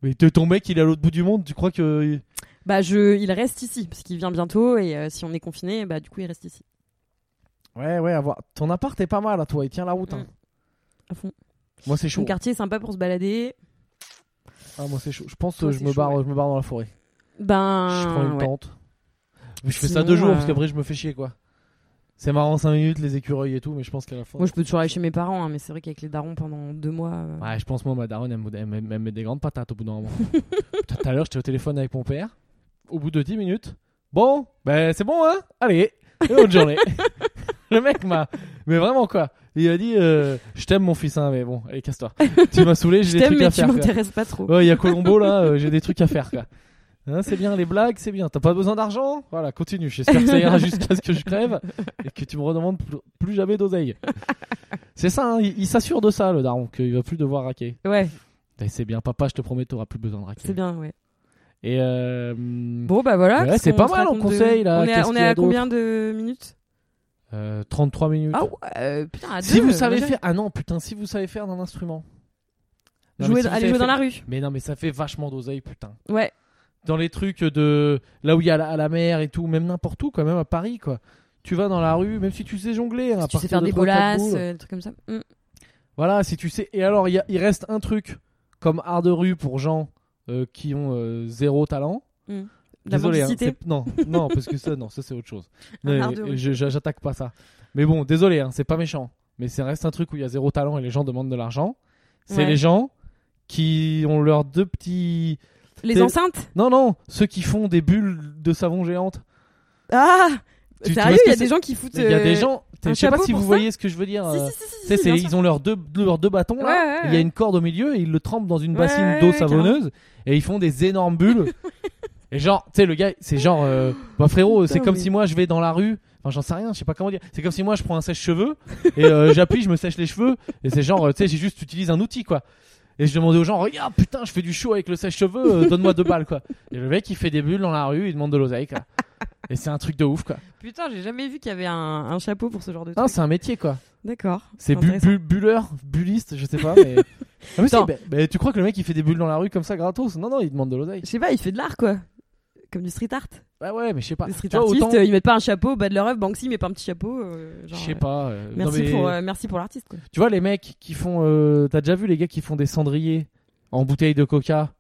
Speaker 1: Mais t'es ton mec, il est à l'autre bout du monde, tu crois que
Speaker 2: Bah, je, il reste ici, parce qu'il vient bientôt, et euh, si on est confiné, bah, du coup, il reste ici.
Speaker 1: ouais, ouais, à voir. Ton appart est pas mal à toi, il tient la route. hein.
Speaker 2: Mm. À fond.
Speaker 1: Moi, c'est
Speaker 2: Mon
Speaker 1: chaud.
Speaker 2: quartier est sympa pour se balader.
Speaker 1: Ah, moi, c'est chaud. Je pense
Speaker 2: Toi,
Speaker 1: que je
Speaker 2: c'est
Speaker 1: me
Speaker 2: chaud,
Speaker 1: barre,
Speaker 2: ouais.
Speaker 1: je me barre dans la forêt.
Speaker 2: Ben.
Speaker 1: Je prends une
Speaker 2: ouais.
Speaker 1: tente. Mais je fais ça
Speaker 2: Sinon,
Speaker 1: deux jours
Speaker 2: euh,
Speaker 1: parce qu'après je me fais chier quoi. C'est marrant 5 minutes, les écureuils et tout, mais je pense qu'à la fin.
Speaker 2: Moi, je peux toujours aller chez mes parents, hein, mais c'est vrai qu'avec les darons pendant deux mois. euh,
Speaker 1: Ouais, je pense moi, ma daronne, elle me, elle me- elle me met des grandes patates au bout d'un
Speaker 2: (laughs)
Speaker 1: moment. Putain, Tout à l'heure, j'étais au téléphone avec mon père. Au bout de 10 minutes, bon, ben c'est bon hein, allez, et bonne
Speaker 2: (laughs)
Speaker 1: journée. Le mec m'a. Mais vraiment quoi. Il a dit euh, Je t'aime mon fils, hein, mais bon, allez,
Speaker 2: (laughs)
Speaker 1: casse-toi. tu m'as saoulé,
Speaker 2: Je
Speaker 1: j'ai des
Speaker 2: t'aime,
Speaker 1: trucs
Speaker 2: mais
Speaker 1: à
Speaker 2: tu
Speaker 1: faire. quoi.
Speaker 2: m'intéresses pas trop.
Speaker 1: Ouais, il y a Colombo là, euh, j'ai des trucs à faire quoi. Hein, c'est bien les blagues, c'est bien. T'as pas besoin d'argent Voilà, continue. J'espère que ça ira jusqu'à ce que je crève et que tu me redemandes pl- plus jamais d'oseille. C'est ça, hein, il, il s'assure de ça le daron, qu'il va plus devoir raquer.
Speaker 2: Ouais,
Speaker 1: Et c'est bien, papa, je te promets, t'auras plus besoin de raquer.
Speaker 2: c'est bien, ouais.
Speaker 1: Et euh, hum,
Speaker 2: Bon bah voilà.
Speaker 1: Ouais,
Speaker 2: qu'est-ce
Speaker 1: c'est
Speaker 2: qu'on
Speaker 1: pas
Speaker 2: se
Speaker 1: mal en
Speaker 2: raconte de-
Speaker 1: conseil, là.
Speaker 2: On est
Speaker 1: Qu'est-ce
Speaker 2: à, on
Speaker 1: qu'il
Speaker 2: est
Speaker 1: y a
Speaker 2: à combien de minutes
Speaker 1: euh, 33 minutes.
Speaker 2: Ah ouais, euh, putain. À
Speaker 1: si
Speaker 2: deux,
Speaker 1: vous
Speaker 2: euh,
Speaker 1: savez
Speaker 2: déjà.
Speaker 1: faire. Ah non, putain, si vous savez faire d'un instrument. Non, mais
Speaker 2: jouer,
Speaker 1: si vous
Speaker 2: aller
Speaker 1: savez
Speaker 2: jouer dans
Speaker 1: faire-
Speaker 2: la rue.
Speaker 1: Mais non, mais ça fait vachement d'oseille, putain.
Speaker 2: Ouais.
Speaker 1: dans les trucs de là où il y a la, à la mer et tout, même n'importe où, quand même à Paris, quoi. Tu vas dans la rue, même si tu sais jongler, hein, à
Speaker 2: Si tu
Speaker 1: partir
Speaker 2: sais faire
Speaker 1: de
Speaker 2: des
Speaker 1: trois, quatre
Speaker 2: bolasses,
Speaker 1: boules.
Speaker 2: euh, des trucs comme ça. Mm.
Speaker 1: Voilà, si tu sais. Et alors, il y a- il reste un truc comme art de rue pour gens euh, qui ont euh, zéro talent.
Speaker 2: La
Speaker 1: désolé, hein,
Speaker 2: mendicité.
Speaker 1: c'est- non, non, parce que ça, non, ça c'est autre chose.
Speaker 2: (laughs) Un
Speaker 1: Mais-
Speaker 2: art de rue.
Speaker 1: je- je- J'attaque pas ça. Mais bon, désolé, hein, c'est pas méchant. Mais ça reste un truc où il y a zéro talent et les gens demandent de l'argent. C'est
Speaker 2: Ouais.
Speaker 1: les gens qui ont leurs deux petits.
Speaker 2: Les
Speaker 1: c'est-
Speaker 2: enceintes.
Speaker 1: Non, non, ceux qui font des bulles de savon géantes.
Speaker 2: Ah.
Speaker 1: Tu- tu vois
Speaker 2: Sérieux,
Speaker 1: ce que
Speaker 2: il y a
Speaker 1: c'est
Speaker 2: des gens qui foutent.
Speaker 1: Il y a des
Speaker 2: euh,
Speaker 1: gens, je
Speaker 2: un
Speaker 1: sais pas
Speaker 2: chapeau
Speaker 1: si
Speaker 2: pour
Speaker 1: vous
Speaker 2: ça
Speaker 1: voyez ce que je veux dire.
Speaker 2: Si
Speaker 1: euh,
Speaker 2: si si, si.
Speaker 1: tu sais,
Speaker 2: si,
Speaker 1: c'est-
Speaker 2: bien sûr.
Speaker 1: ils ont leurs deux, leurs deux bâtons là.
Speaker 2: Ouais, ouais,
Speaker 1: Il y a
Speaker 2: ouais.
Speaker 1: une corde au milieu et ils le trempent dans une
Speaker 2: Ouais,
Speaker 1: bassine
Speaker 2: ouais,
Speaker 1: d'eau
Speaker 2: ouais,
Speaker 1: savonneuse et ils font des énormes
Speaker 2: (laughs)
Speaker 1: bulles. et genre, tu sais, le gars, c'est genre, euh, bah frérot, c'est
Speaker 2: Putain,
Speaker 1: comme
Speaker 2: mais-
Speaker 1: si moi je vais dans la rue. Enfin, Enfin, j'en sais rien, je sais pas comment dire. C'est comme si moi je prends un
Speaker 2: (laughs)
Speaker 1: sèche-cheveux et euh, j'appuie, je me sèche les cheveux et c'est genre, euh, tu sais, j'ai juste utilisé un outil quoi. Et je demandais aux gens, regarde, putain, je fais du show avec le sèche-cheveux, euh, donne-moi deux balles quoi. Et le mec il fait des bulles dans la rue, il demande de l'oseille quoi. Et c'est un truc de ouf quoi.
Speaker 2: Putain, j'ai jamais vu qu'il y avait un, un chapeau pour ce genre de
Speaker 1: Non,
Speaker 2: truc.
Speaker 1: c'est un métier quoi.
Speaker 2: D'accord.
Speaker 1: C'est bu-
Speaker 2: intéressant.
Speaker 1: bu- bulleur, bulliste, je sais
Speaker 2: (laughs)
Speaker 1: pas, mais. Ah, mais si,
Speaker 2: Attends.
Speaker 1: bah- bah, tu crois que le mec il fait des bulles dans la rue comme ça gratos Non, non, il demande de l'oseille.
Speaker 2: Je sais pas, il fait de l'art quoi. Comme du street art.
Speaker 1: Bah ouais, mais je sais pas.
Speaker 2: Les street
Speaker 1: Tu vois,
Speaker 2: artistes,
Speaker 1: autant-
Speaker 2: euh, ils mettent pas un chapeau au bas de leur œuvre. Banksy met pas un petit chapeau. euh,
Speaker 1: Je
Speaker 2: genre,
Speaker 1: sais
Speaker 2: euh,
Speaker 1: pas. euh, non,
Speaker 2: Merci,
Speaker 1: mais-
Speaker 2: pour, euh, merci pour l'artiste. quoi.
Speaker 1: Tu vois, les mecs qui font. euh, T'as déjà vu les gars qui font des cendriers en bouteille de coca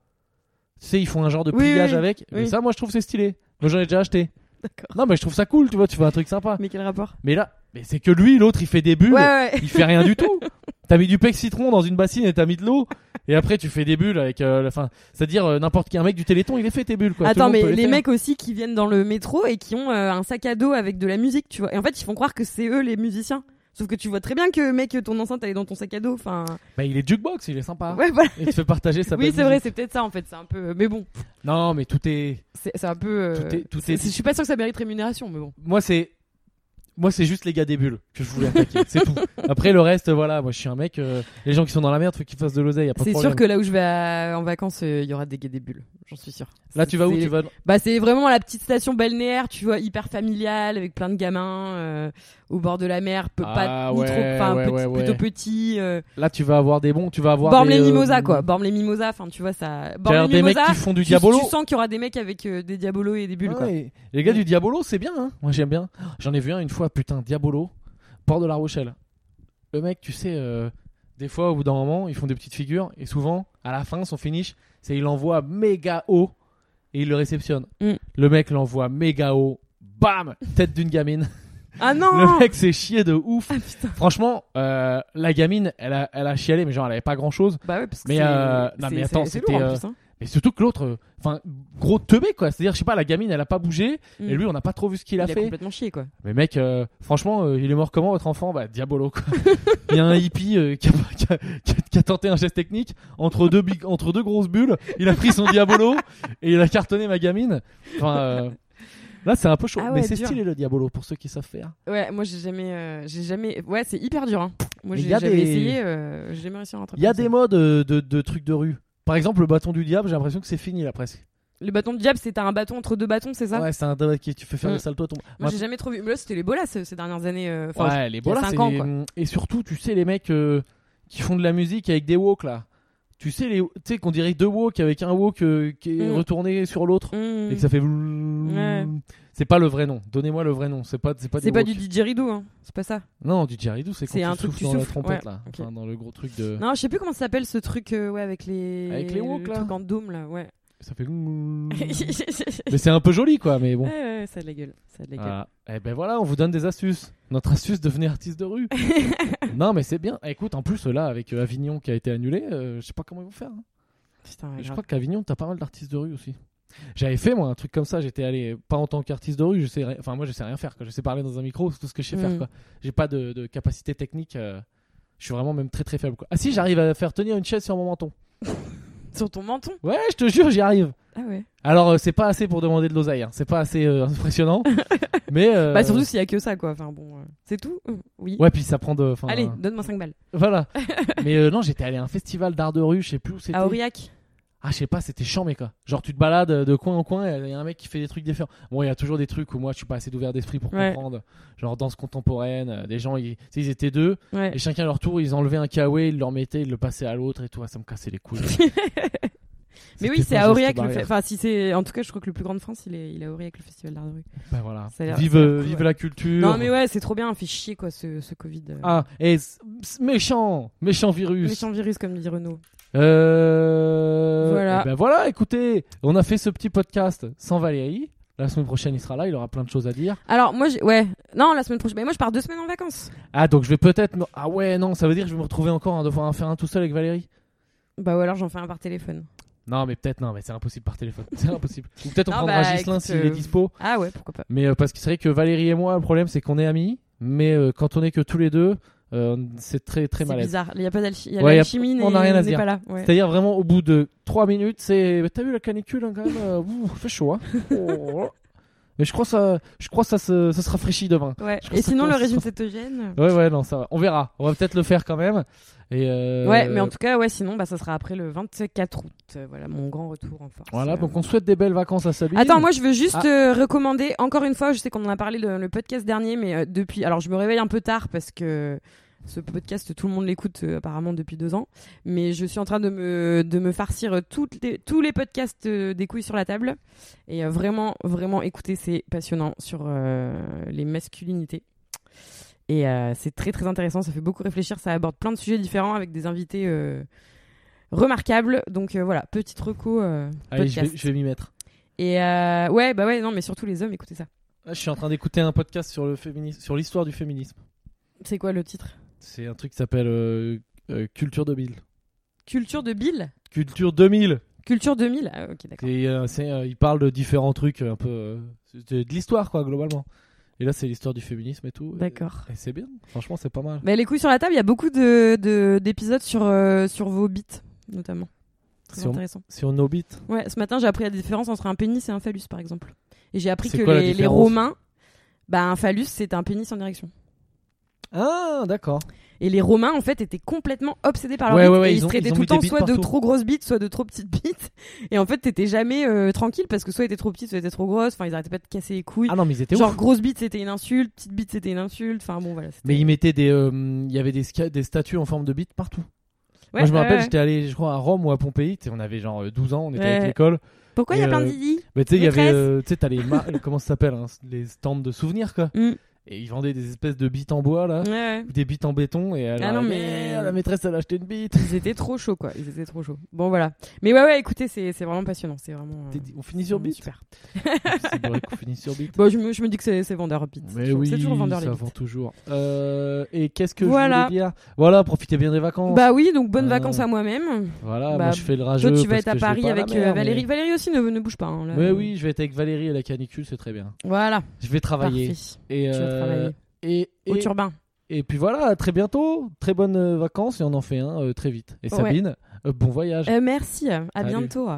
Speaker 1: Tu sais, ils font un genre de
Speaker 2: Oui,
Speaker 1: pliage
Speaker 2: oui,
Speaker 1: avec. Mais
Speaker 2: oui.
Speaker 1: ça, moi, je trouve c'est stylé. Moi, j'en ai déjà acheté.
Speaker 2: D'accord.
Speaker 1: Non, mais je trouve ça cool, tu vois, tu fais un truc sympa.
Speaker 2: Mais quel rapport
Speaker 1: Mais là, mais c'est que lui, l'autre, il fait des bulles.
Speaker 2: Ouais, ouais.
Speaker 1: Il fait rien du tout. T'as mis du pec citron dans une bassine et t'as mis de l'eau. Et après, tu fais des bulles avec. euh, la- Enfin, c'est-à-dire euh, n'importe qui, un mec du Téléthon, il les fait tes bulles. Quoi. Tout le monde
Speaker 2: Attends, mais
Speaker 1: peut
Speaker 2: les
Speaker 1: faire.
Speaker 2: mecs aussi qui viennent dans le métro et qui ont euh, un sac à dos avec de la musique, tu vois. Et en fait, ils font croire que c'est eux les musiciens. Sauf que tu vois très bien que, mec, ton enceinte, elle est dans ton sac à dos. Enfin,
Speaker 1: Bah, il est jukebox, il est sympa.
Speaker 2: ouais, voilà.
Speaker 1: Il te fait partager sa
Speaker 2: Oui,
Speaker 1: belle
Speaker 2: c'est vrai,
Speaker 1: musique.
Speaker 2: c'est peut-être ça en fait. C'est un peu. Mais bon,
Speaker 1: Non, mais tout est.
Speaker 2: c'est c'est un peu. euh,
Speaker 1: Tout est- tout
Speaker 2: c'est-
Speaker 1: est-
Speaker 2: c'est- Je suis pas sûr que ça mérite rémunération, mais bon.
Speaker 1: Moi, c'est. Moi, c'est juste les gars des bulles que je voulais
Speaker 2: (laughs)
Speaker 1: attaquer. c'est tout. Après, le reste, voilà. Moi, je suis un mec. euh, les gens qui sont dans la merde, faut qu'ils fassent de l'oseille. y a pas de
Speaker 2: C'est
Speaker 1: problème.
Speaker 2: sûr que là où je vais à- en vacances, euh, il y aura des gays des bulles. J'en suis sûr.
Speaker 1: Là, tu vas où
Speaker 2: C'est-
Speaker 1: Tu vas.
Speaker 2: Bah c'est vraiment la petite station balnéaire, tu vois, hyper familiale avec plein de gamins euh, au bord de la mer, peu,
Speaker 1: Ah
Speaker 2: pas ni
Speaker 1: ouais,
Speaker 2: trop, enfin,
Speaker 1: ouais,
Speaker 2: petit-
Speaker 1: ouais, ouais.
Speaker 2: plutôt petit. euh,
Speaker 1: Là, tu vas avoir des bons. Tu vas avoir.
Speaker 2: Bormes
Speaker 1: des,
Speaker 2: les
Speaker 1: euh,
Speaker 2: mimosas quoi, Bormes les mimosas, enfin tu vois ça.
Speaker 1: t'as l'air
Speaker 2: Bormes les
Speaker 1: des mecs
Speaker 2: mimosas.
Speaker 1: qui font du
Speaker 2: tu,
Speaker 1: diabolo.
Speaker 2: tu sens qu'il y aura des mecs avec euh, des diabolos et des bulles quoi.
Speaker 1: Ouais, Les gars du Diabolo, c'est bien. hein. Moi, j'aime bien. J'en ai vu un une fois, putain, Diabolo, port de La Rochelle. Le mec, tu sais, euh, des fois, au bout d'un moment, ils font des petites figures et souvent, à la fin, son finish, c'est il l'envoie méga haut et il le réceptionne.
Speaker 2: Mm.
Speaker 1: Le mec l'envoie méga haut, bam, tête d'une
Speaker 2: (laughs)
Speaker 1: gamine.
Speaker 2: Ah non
Speaker 1: Le mec s'est chié de ouf.
Speaker 2: Ah putain.
Speaker 1: Franchement, euh, la gamine, elle a, elle a chialé, mais genre, elle avait pas grand chose.
Speaker 2: Bah ouais parce que
Speaker 1: Mais,
Speaker 2: c'est-
Speaker 1: euh,
Speaker 2: c'est
Speaker 1: non, mais
Speaker 2: c'est-
Speaker 1: attends,
Speaker 2: c'est
Speaker 1: c'était,
Speaker 2: lourd en
Speaker 1: euh,
Speaker 2: plus. hein.
Speaker 1: Mais surtout que l'autre, euh, enfin, gros teubé quoi. C'est-à-dire, je sais pas, la gamine, elle a pas bougé
Speaker 2: Mm.
Speaker 1: et lui, on n'a pas trop vu ce qu'il
Speaker 2: il
Speaker 1: a
Speaker 2: a
Speaker 1: fait.
Speaker 2: complètement chié quoi.
Speaker 1: Mais mec, euh, franchement, euh, il est mort comment votre enfant Bah, diabolo quoi. (laughs) Il y a un hippie euh, qui, a, qui a- qui a- qui a tenté un geste technique entre deux, big- entre deux grosses bulles. Il a pris son
Speaker 2: (laughs)
Speaker 1: diabolo et il a cartonné ma gamine. Enfin, euh, là, c'est un peu chaud.
Speaker 2: Ah
Speaker 1: mais
Speaker 2: ouais,
Speaker 1: c'est
Speaker 2: dur.
Speaker 1: stylé le diabolo pour ceux qui savent faire.
Speaker 2: Ouais, moi j'ai jamais euh, j'ai jamais ouais, c'est hyper dur hein. Moi
Speaker 1: Mais
Speaker 2: j'ai
Speaker 1: y a
Speaker 2: j'avais
Speaker 1: des-
Speaker 2: essayé euh, j'ai jamais réussi à rattraper
Speaker 1: Il y a
Speaker 2: ça.
Speaker 1: des modes euh, de, de trucs de rue. Par exemple, le bâton du diable, j'ai l'impression que c'est fini là presque.
Speaker 2: Le bâton de diable, c'est t'as un bâton entre deux bâtons, c'est ça
Speaker 1: Ouais, c'est un doigt qui tu fais faire
Speaker 2: Mm.
Speaker 1: le salto à ton.
Speaker 2: Moi, j'ai jamais trop vu. Mais là, c'était les bolas ces ces dernières années. euh, Enfin,
Speaker 1: ouais, les bolas,
Speaker 2: cinq
Speaker 1: c'est
Speaker 2: ans,
Speaker 1: les-
Speaker 2: quoi.
Speaker 1: Et surtout, tu sais, les mecs euh, qui font de la musique avec des wok là. Tu sais, les... tu sais qu'on dirait deux wok avec un wok euh, qui est
Speaker 2: Mm.
Speaker 1: retourné sur l'autre
Speaker 2: je-
Speaker 1: et que
Speaker 2: Mm.
Speaker 1: ça fait. C'est pas le vrai nom. Donnez-moi le vrai nom. C'est pas, c'est pas,
Speaker 2: C'est pas du
Speaker 1: wok.
Speaker 2: didgeridoo, hein. c'est pas ça.
Speaker 1: Non, du didgeridoo, c'est quand
Speaker 2: C'est
Speaker 1: tu
Speaker 2: un truc
Speaker 1: souffles
Speaker 2: qui
Speaker 1: dans la
Speaker 2: souffle,
Speaker 1: trompette
Speaker 2: ouais,
Speaker 1: là.
Speaker 2: ok.
Speaker 1: Enfin, dans le gros truc de.
Speaker 2: Non, je sais plus comment ça s'appelle ce truc euh, ouais, avec les.
Speaker 1: Avec les wok,
Speaker 2: le
Speaker 1: là.
Speaker 2: truc en dôme, là, ouais.
Speaker 1: Ça fait.
Speaker 2: (laughs) ouais,
Speaker 1: Mais c'est un peu joli quoi, mais
Speaker 2: (laughs)
Speaker 1: bon.
Speaker 2: ouais, ça a de la gueule. Ça a de la gueule.
Speaker 1: Voilà. Eh ben voilà, on vous donne des astuces. Notre astuce, devenez artiste de rue.
Speaker 2: (laughs)
Speaker 1: non, mais c'est bien. Eh, Écoute, en plus, là, avec euh, Avignon qui a été annulé, euh, je sais pas comment ils vont faire. hein.
Speaker 2: Putain, ouais,
Speaker 1: Je
Speaker 2: grave.
Speaker 1: crois qu'Avignon, t'as pas mal d'artistes de rue aussi. J'avais fait moi un truc comme ça, j'étais allé pas en tant qu'artiste de rue, je sais, rien- enfin moi je sais rien faire, quoi. je sais parler dans un micro, c'est tout ce que je sais faire
Speaker 2: Mm.
Speaker 1: quoi. J'ai pas de, de capacité technique, euh, je suis vraiment même très très faible quoi. Ah si, j'arrive à faire tenir une chaise sur mon menton.
Speaker 2: Sur ton menton
Speaker 1: Ouais, je te jure, j'y arrive.
Speaker 2: Ah ouais.
Speaker 1: Alors euh, c'est pas assez pour demander de l'oseille, hein. c'est pas assez euh, (laughs) impressionnant, mais euh,
Speaker 2: Bah, surtout s'il y a que ça, quoi. Enfin, bon, euh, c'est tout Euh, Oui.
Speaker 1: ouais puis ça prend de, enfin,
Speaker 2: Allez,
Speaker 1: euh,
Speaker 2: donne-moi 5 balles.
Speaker 1: voilà. mais euh, non, j'étais allé à un festival d'art de rue, je sais plus où c'était.
Speaker 2: À Aurillac
Speaker 1: Ah, je sais pas, c'était chiant, mais quoi. Genre, tu te balades euh, de coin en coin et il y a un mec qui fait des trucs différents. Bon, il y a toujours des trucs où moi je suis pas assez d'ouvert d'esprit pour
Speaker 2: Ouais.
Speaker 1: comprendre. Genre, danse contemporaine, euh, des gens, ils, tu sais, ils étaient deux
Speaker 2: Ouais.
Speaker 1: et chacun à leur tour, ils enlevaient un kawaii, ils le remettaient, ils le passaient à l'autre et tout. Ah, ça me cassait les
Speaker 2: (laughs)
Speaker 1: couilles.
Speaker 2: Mais oui,
Speaker 1: C'était
Speaker 2: c'est
Speaker 1: pas
Speaker 2: à
Speaker 1: geste
Speaker 2: Aurillac le
Speaker 1: barrière.
Speaker 2: fait. Enfin, si c'est. En tout cas, je crois que le plus grand de France, il est, il est à Aurillac, le festival d'art de rue.
Speaker 1: Bah voilà.
Speaker 2: Ça a l'air-
Speaker 1: Vive,
Speaker 2: ça a l'air
Speaker 1: euh,
Speaker 2: cool,
Speaker 1: vive
Speaker 2: ouais.
Speaker 1: la culture.
Speaker 2: Non, mais ouais, c'est trop bien. Fait chier, quoi, ce, ce Covid. euh.
Speaker 1: Ah, et s- s- méchant, méchant virus.
Speaker 2: Méchant virus, comme dit Renaud.
Speaker 1: Euh...
Speaker 2: Voilà.
Speaker 1: eh ben voilà, écoutez, on a fait ce petit podcast sans Valérie. La semaine prochaine, il sera là, il aura plein de choses à dire.
Speaker 2: Alors, moi, j'ai- ouais. Non, la semaine prochaine. Mais moi, je pars deux semaines en vacances.
Speaker 1: Ah donc je vais peut-être me- ah ouais non ça veut dire que je vais me retrouver encore à devoir en faire un tout seul avec Valérie.
Speaker 2: Bah, ou alors j'en fais un par téléphone.
Speaker 1: Non mais peut-être non mais c'est impossible par téléphone (laughs) c'est impossible. Ou peut-être on
Speaker 2: Non,
Speaker 1: prendra
Speaker 2: bah,
Speaker 1: Ghislain
Speaker 2: écoute,
Speaker 1: s'il est
Speaker 2: euh,
Speaker 1: dispo.
Speaker 2: Ah ouais, pourquoi pas.
Speaker 1: Mais euh, parce que c'est vrai que Valérie et moi le problème c'est qu'on est amis mais euh, quand on est que tous les deux euh, c'est très très
Speaker 2: C'est
Speaker 1: malaise.
Speaker 2: bizarre. Il y a pas d'alchimie.
Speaker 1: Ouais, y a-
Speaker 2: l'alchimie.
Speaker 1: on a rien à se
Speaker 2: n'est
Speaker 1: dire.
Speaker 2: pas là. ouais.
Speaker 1: C'est-à-dire vraiment au
Speaker 2: (laughs)
Speaker 1: bout de 3 minutes c'est t'as vu la canicule hein, quand même euh, ouh, fait chaud hein. Oh. Mais je crois ça, je crois ça se, ça se rafraîchit demain.
Speaker 2: Ouais.
Speaker 1: Je crois
Speaker 2: Et
Speaker 1: que ça
Speaker 2: sinon, le
Speaker 1: commence-
Speaker 2: régime cétogène.
Speaker 1: Ouais, ouais, non, ça va. On verra. On va peut-être le faire quand même. Et euh,
Speaker 2: Ouais, mais en tout cas, ouais, sinon, bah, ça sera après le 24 août. Euh, Voilà, mon grand retour en force.
Speaker 1: Voilà,
Speaker 2: Euh,
Speaker 1: donc on souhaite des belles vacances à Sabine.
Speaker 2: Attends, moi je veux juste euh, recommander encore une fois. Je sais qu'on en a parlé dans le podcast dernier, mais euh, depuis, alors je me réveille un peu tard parce que ce podcast tout le monde l'écoute euh, apparemment depuis deux ans, mais je suis en train de me de me farcir euh, toutes les- tous les podcasts euh, des couilles sur la table et euh, vraiment vraiment écoutez, c'est passionnant sur euh, les masculinités. Et euh, c'est très très intéressant, ça fait beaucoup réfléchir, ça aborde plein de sujets différents avec des invités euh, remarquables. Donc euh, voilà, petite reco euh,
Speaker 1: Allez, je
Speaker 2: podcast.
Speaker 1: vais, je vais m'y mettre.
Speaker 2: Et euh, ouais, bah ouais, non, mais surtout les hommes, écoutez ça.
Speaker 1: Là, Ah, je suis en train d'écouter un podcast sur le féminisme, sur l'histoire du féminisme.
Speaker 2: C'est quoi le titre
Speaker 1: C'est un truc qui s'appelle euh, euh, Culture 2000.
Speaker 2: Culture de Bill
Speaker 1: Culture 2000.
Speaker 2: Culture 2000 Ah, ok, d'accord.
Speaker 1: Et euh, c'est, euh, il parle de différents trucs euh, un peu euh, c'est de, de l'histoire quoi globalement. Et là, c'est l'histoire du féminisme et tout. Et-
Speaker 2: D'accord.
Speaker 1: Et, c'est bien. Franchement, c'est pas mal.
Speaker 2: Bah, les couilles sur la table, il y a beaucoup d'épisodes de, d'épisodes sur, euh, sur vos bits, notamment. Très
Speaker 1: Sur,
Speaker 2: intéressant.
Speaker 1: sur Nobit.
Speaker 2: Ouais, ce matin, j'ai appris la différence entre un pénis et un phallus, par exemple. Et j'ai appris
Speaker 1: C'est
Speaker 2: que
Speaker 1: quoi la
Speaker 2: les, les
Speaker 1: différence
Speaker 2: Romains, bah, un phallus, c'était un pénis en érection.
Speaker 1: Ah, d'accord.
Speaker 2: Et les Romains, en fait, étaient complètement obsédés par leur
Speaker 1: Ouais,
Speaker 2: bite.
Speaker 1: ouais, ouais,
Speaker 2: et
Speaker 1: ils
Speaker 2: ils, se
Speaker 1: ont-
Speaker 2: traitaient
Speaker 1: ils ont mis
Speaker 2: tout le
Speaker 1: des
Speaker 2: temps
Speaker 1: bites
Speaker 2: soit de
Speaker 1: partout.
Speaker 2: trop grosses bites, soit de trop petites bites. Et en fait, t'étais jamais euh, tranquille parce que soit t'étais trop petite, soit t'étais trop grosse. Enfin, ils arrêtaient pas de te casser les couilles.
Speaker 1: Ah non, mais ils étaient
Speaker 2: Genre,
Speaker 1: ouf.
Speaker 2: grosse bite, c'était une insulte. Petite bite, c'était une insulte. Enfin, bon, voilà. c'était-
Speaker 1: Mais ils mettaient des, euh, il y avait des, sca- des statues en forme de bite partout.
Speaker 2: Ouais,
Speaker 1: Moi, je me
Speaker 2: ouais,
Speaker 1: rappelle,
Speaker 2: ouais.
Speaker 1: j'étais allé, je crois, à Rome ou à Pompéi. tu sais, On avait genre euh, 12 ans, on était
Speaker 2: Ouais.
Speaker 1: avec l'école.
Speaker 2: Pourquoi il y a
Speaker 1: Et,
Speaker 2: plein de
Speaker 1: euh,
Speaker 2: didi
Speaker 1: Mais tu sais, il y avait,
Speaker 2: Maîtresse.
Speaker 1: euh, tu sais, t'as les, ma- comment ça s'appelle, hein, les stands de souvenirs quoi.
Speaker 2: Mm.
Speaker 1: Et ils vendaient des espèces de bites en bois là,
Speaker 2: Mmh, Ouais, ouais.
Speaker 1: ou des bites en béton. Et elle
Speaker 2: Mm. Ah
Speaker 1: leur
Speaker 2: non,
Speaker 1: avait,
Speaker 2: mais- Mm.
Speaker 1: Eh, la maîtresse, elle a acheté une bite.
Speaker 2: Ils étaient trop chauds, quoi. Ils étaient trop chauds. Bon, voilà. Mais ouais, ouais, écoutez, c'est c'est vraiment passionnant. C'est vraiment. euh,
Speaker 1: On finit sur
Speaker 2: vraiment
Speaker 1: bite.
Speaker 2: Super.
Speaker 1: C'est vrai qu'on finit sur bite.
Speaker 2: Bon, je me, je me dis que c'est c'est vendeur, bite. (laughs) C'est
Speaker 1: Mais
Speaker 2: toujours-
Speaker 1: oui,
Speaker 2: c'est toujours vendeur, les
Speaker 1: ça
Speaker 2: bites.
Speaker 1: vend toujours. Euh, et qu'est-ce que
Speaker 2: Voilà.
Speaker 1: je voulais dire Voilà, profitez bien des vacances.
Speaker 2: Bah oui, donc bonnes
Speaker 1: Ah.
Speaker 2: vacances à moi-même.
Speaker 1: voilà,
Speaker 2: bah,
Speaker 1: moi je fais le rageux.
Speaker 2: Toi, tu vas
Speaker 1: parce
Speaker 2: être à
Speaker 1: que je vais
Speaker 2: Paris
Speaker 1: pas la
Speaker 2: avec
Speaker 1: mer,
Speaker 2: euh,
Speaker 1: mais-
Speaker 2: Valérie. Valérie aussi ne, ne bouge pas. hein, là.
Speaker 1: Ouais, oui, je vais être avec Valérie à la canicule, c'est très bien.
Speaker 2: Voilà.
Speaker 1: Je vais travailler.
Speaker 2: Parfait.
Speaker 1: Et,
Speaker 2: Tu vas
Speaker 1: euh,
Speaker 2: travailler.
Speaker 1: et,
Speaker 2: Au
Speaker 1: et,
Speaker 2: turbin.
Speaker 1: et puis voilà, à très bientôt. Très bonnes euh, vacances et on en fait un euh, très vite. Et
Speaker 2: Ouais.
Speaker 1: Sabine, euh, bon voyage.
Speaker 2: Euh, merci. À
Speaker 1: Salut.
Speaker 2: bientôt.